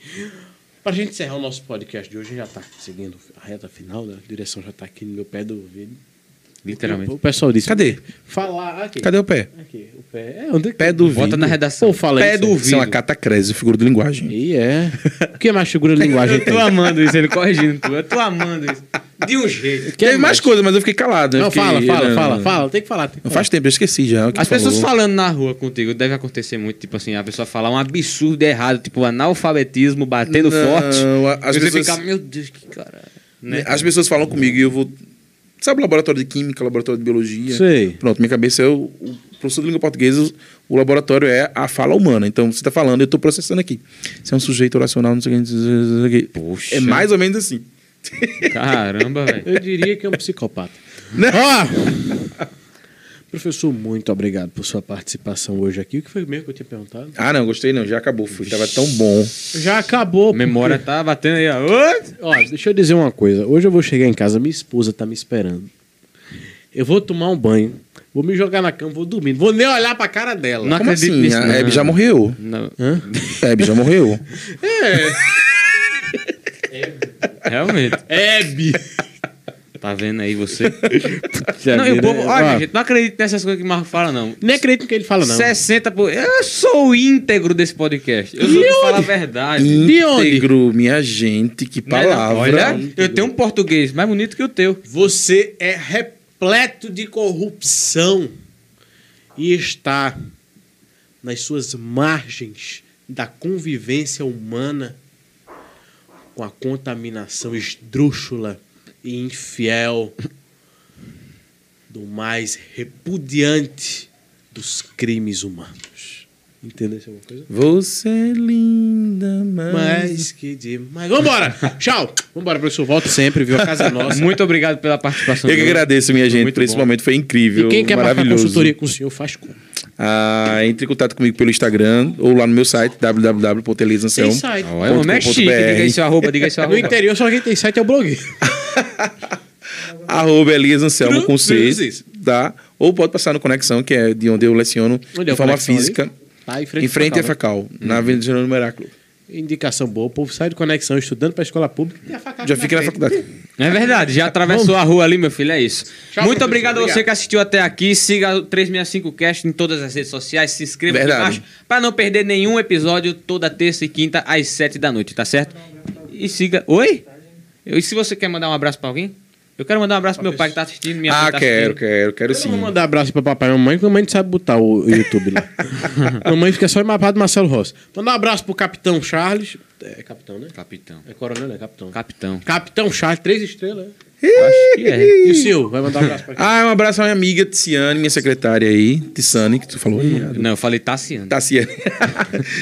A: Pra gente encerrar o nosso podcast de hoje, já tá seguindo a reta final, né? A direção já tá aqui no meu pé do ouvido.
B: Literalmente.
A: O pessoal disse.
C: Cadê?
A: Falar. Aqui.
C: Cadê o pé?
A: Aqui, o pé. É, onde é que-
C: Pé do vidro.
B: Bota na redação.
A: Pô, fala
B: Pé
A: isso
B: do
A: aí.
C: Isso é uma
B: vidro.
C: catacrese, figura de linguagem.
A: E é. O que mais figura de linguagem
B: Eu
A: tem?
B: tô amando isso, ele corrigindo tu. Eu tô amando isso. De um jeito.
A: Que
C: Teve mais coisa, mas eu fiquei calado. eu
A: Não,
C: fiquei-
A: fala, fala,
C: não,
A: fala,
C: não.
A: fala. Tem que falar. Tem que
C: né? Não
A: falar.
C: faz tempo, eu esqueci já. o que
B: As
C: tu
B: pessoas
C: falou.
B: falando na rua contigo, deve acontecer muito, tipo assim, a pessoa falar um absurdo errado, tipo analfabetismo, batendo
C: Não,
B: forte.
C: a- as
B: E você
C: pessoas-
B: fica, meu Deus, que cara. Né?
C: As pessoas falam comigo e eu vou. Sabe o laboratório de química, laboratório de biologia?
A: Sei.
C: Pronto, minha cabeça é o, o professor de língua portuguesa, o- o laboratório é a fala humana. Então você está falando, eu estou processando aqui. Você é um sujeito oracional, não sei o que, não sei o que.
B: Poxa.
C: É mais ou menos assim.
B: Caramba, velho.
A: Eu diria que é um psicopata. Ó! Professor, muito obrigado por sua participação hoje aqui. O que foi mesmo que eu tinha perguntado?
C: Ah, não, gostei não, já acabou, fui. Tava tão bom.
A: Já acabou.
B: Memória tá batendo aí, ó. Ô!
A: Ó, deixa eu dizer uma coisa. Hoje eu vou chegar em casa, minha esposa tá me esperando. Eu vou tomar um banho, vou me jogar na cama, vou dormir. Não vou nem olhar pra cara dela.
B: Não
C: Como
B: acredito
C: assim?
B: nisso,
C: a
B: não.
C: Hebe já morreu.
B: Não,
C: A Hebe já morreu.
B: realmente.
E: É,
A: Hebe!
E: Tá vendo aí você?
A: Já
E: não, e o
A: vi,
C: é
E: povo,
A: né?
C: Ah,
E: olha,
A: Ó,
E: gente, não acredito nessas coisas que o Marco fala, não.
A: Nem acredito no que ele fala, não.
E: 60 por... Eu sou o íntegro desse podcast. Eu sou
A: De
E: que fala a
A: onde?
E: verdade.
A: De onde?
C: Íntegro, minha gente, que
E: Né, não?
C: palavra.
E: Olha, eu tenho um português mais bonito que o teu.
A: Você é repleto de corrupção e está nas suas margens da convivência humana com a contaminação esdrúxula e infiel do mais repudiante dos crimes humanos. Entendeu alguma coisa?
C: Você é linda, mas...
A: Mas que demais. Vambora! Tchau! Vambora, professor. Volto sempre, viu? A casa é nossa.
E: Muito obrigado pela participação.
C: Eu que
E: de hoje.
C: agradeço, minha
E: Foi
C: gente,
E: muito
C: por esse
E: bom.
C: momento. Foi incrível,
A: E quem quer marcar
C: maravilhoso.
A: consultoria com o senhor, faz como?
C: Ah, entre em contato comigo pelo Instagram ou lá no meu site,
A: Tem
C: www.elisanselmo.
A: site.
E: Olha, o homem é chique.
C: .com.br.
E: Diga aí seu arroba, diga aí seu
A: No
E: arroba.
A: interior só quem tem site é o blogueiro.
C: Arroba Elias Anselmo
A: Tru-
C: com C,
A: Cruzes.
C: tá? Ou pode passar no Conexão, que é de onde eu leciono
A: Onde é
C: de
A: o
C: forma
A: Conexão
C: física.
A: ali? Tá, em frente
C: Em
A: à
C: frente à
A: Facal,
C: Facal, na Avenida Gerônimo Heráclito.
A: Indicação boa. O povo sai de conexão estudando pra escola pública. Tem a facada
C: Já fica na faculdade.
E: É verdade, já atravessou a rua ali, meu filho, é isso.
A: Tchau,
E: Muito
A: professor,
E: obrigado a você
A: obrigado.
E: que assistiu até aqui. Siga o 365Cast em todas as redes sociais, se inscreva aqui
C: Verdade.
E: embaixo para não perder nenhum episódio toda terça e quinta às sete da noite, tá certo? E siga. Oi? E se você quer mandar um abraço para alguém? Eu quero mandar um abraço pro meu pai que tá assistindo, minha mãe
C: Ah,
E: tá
C: quero,
E: assistindo.
C: quero, quero sim.
A: Eu vou mandar abraço pra papai e mamãe, que mamãe não sabe botar o YouTube lá. mamãe fica só emapado do Marcelo Rossi. Mandar um abraço pro Capitão Charles. É capitão, né?
E: Capitão.
A: É coronel, né? Capitão.
E: Capitão.
A: Capitão Charles, três estrelas. né?
E: Acho que é.
A: E o senhor? Vai mandar um abraço pra quem?
C: Ah, um abraço à minha amiga Tiziane, minha secretária aí. Tiziane, que tu falou.
A: Hum.
E: Não, eu falei Tassiano.
C: Tassiane.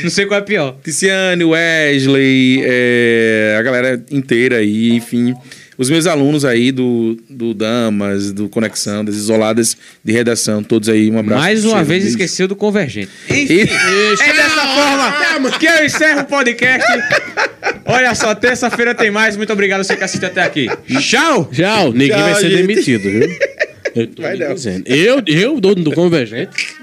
E: Não sei qual é pior.
C: Tiziane, Wesley, é, a galera inteira aí, enfim. Os meus alunos aí do, do Damas, do Conexão, das Isoladas de Redação, todos aí, um abraço.
E: Mais uma
C: Cheiro,
E: vez
C: beijo.
E: esqueceu do Convergente.
A: E-
E: É dessa forma que eu encerro o podcast. Olha só, terça-feira tem mais. Muito obrigado a você que assistiu até aqui.
A: Tchau! Tchau! Ninguém
C: Tchau,
A: vai ser
C: gente.
A: demitido, viu? Eu tô
C: Vai
A: lhe
C: não.
A: dizendo. Eu, eu, dono do Convergente,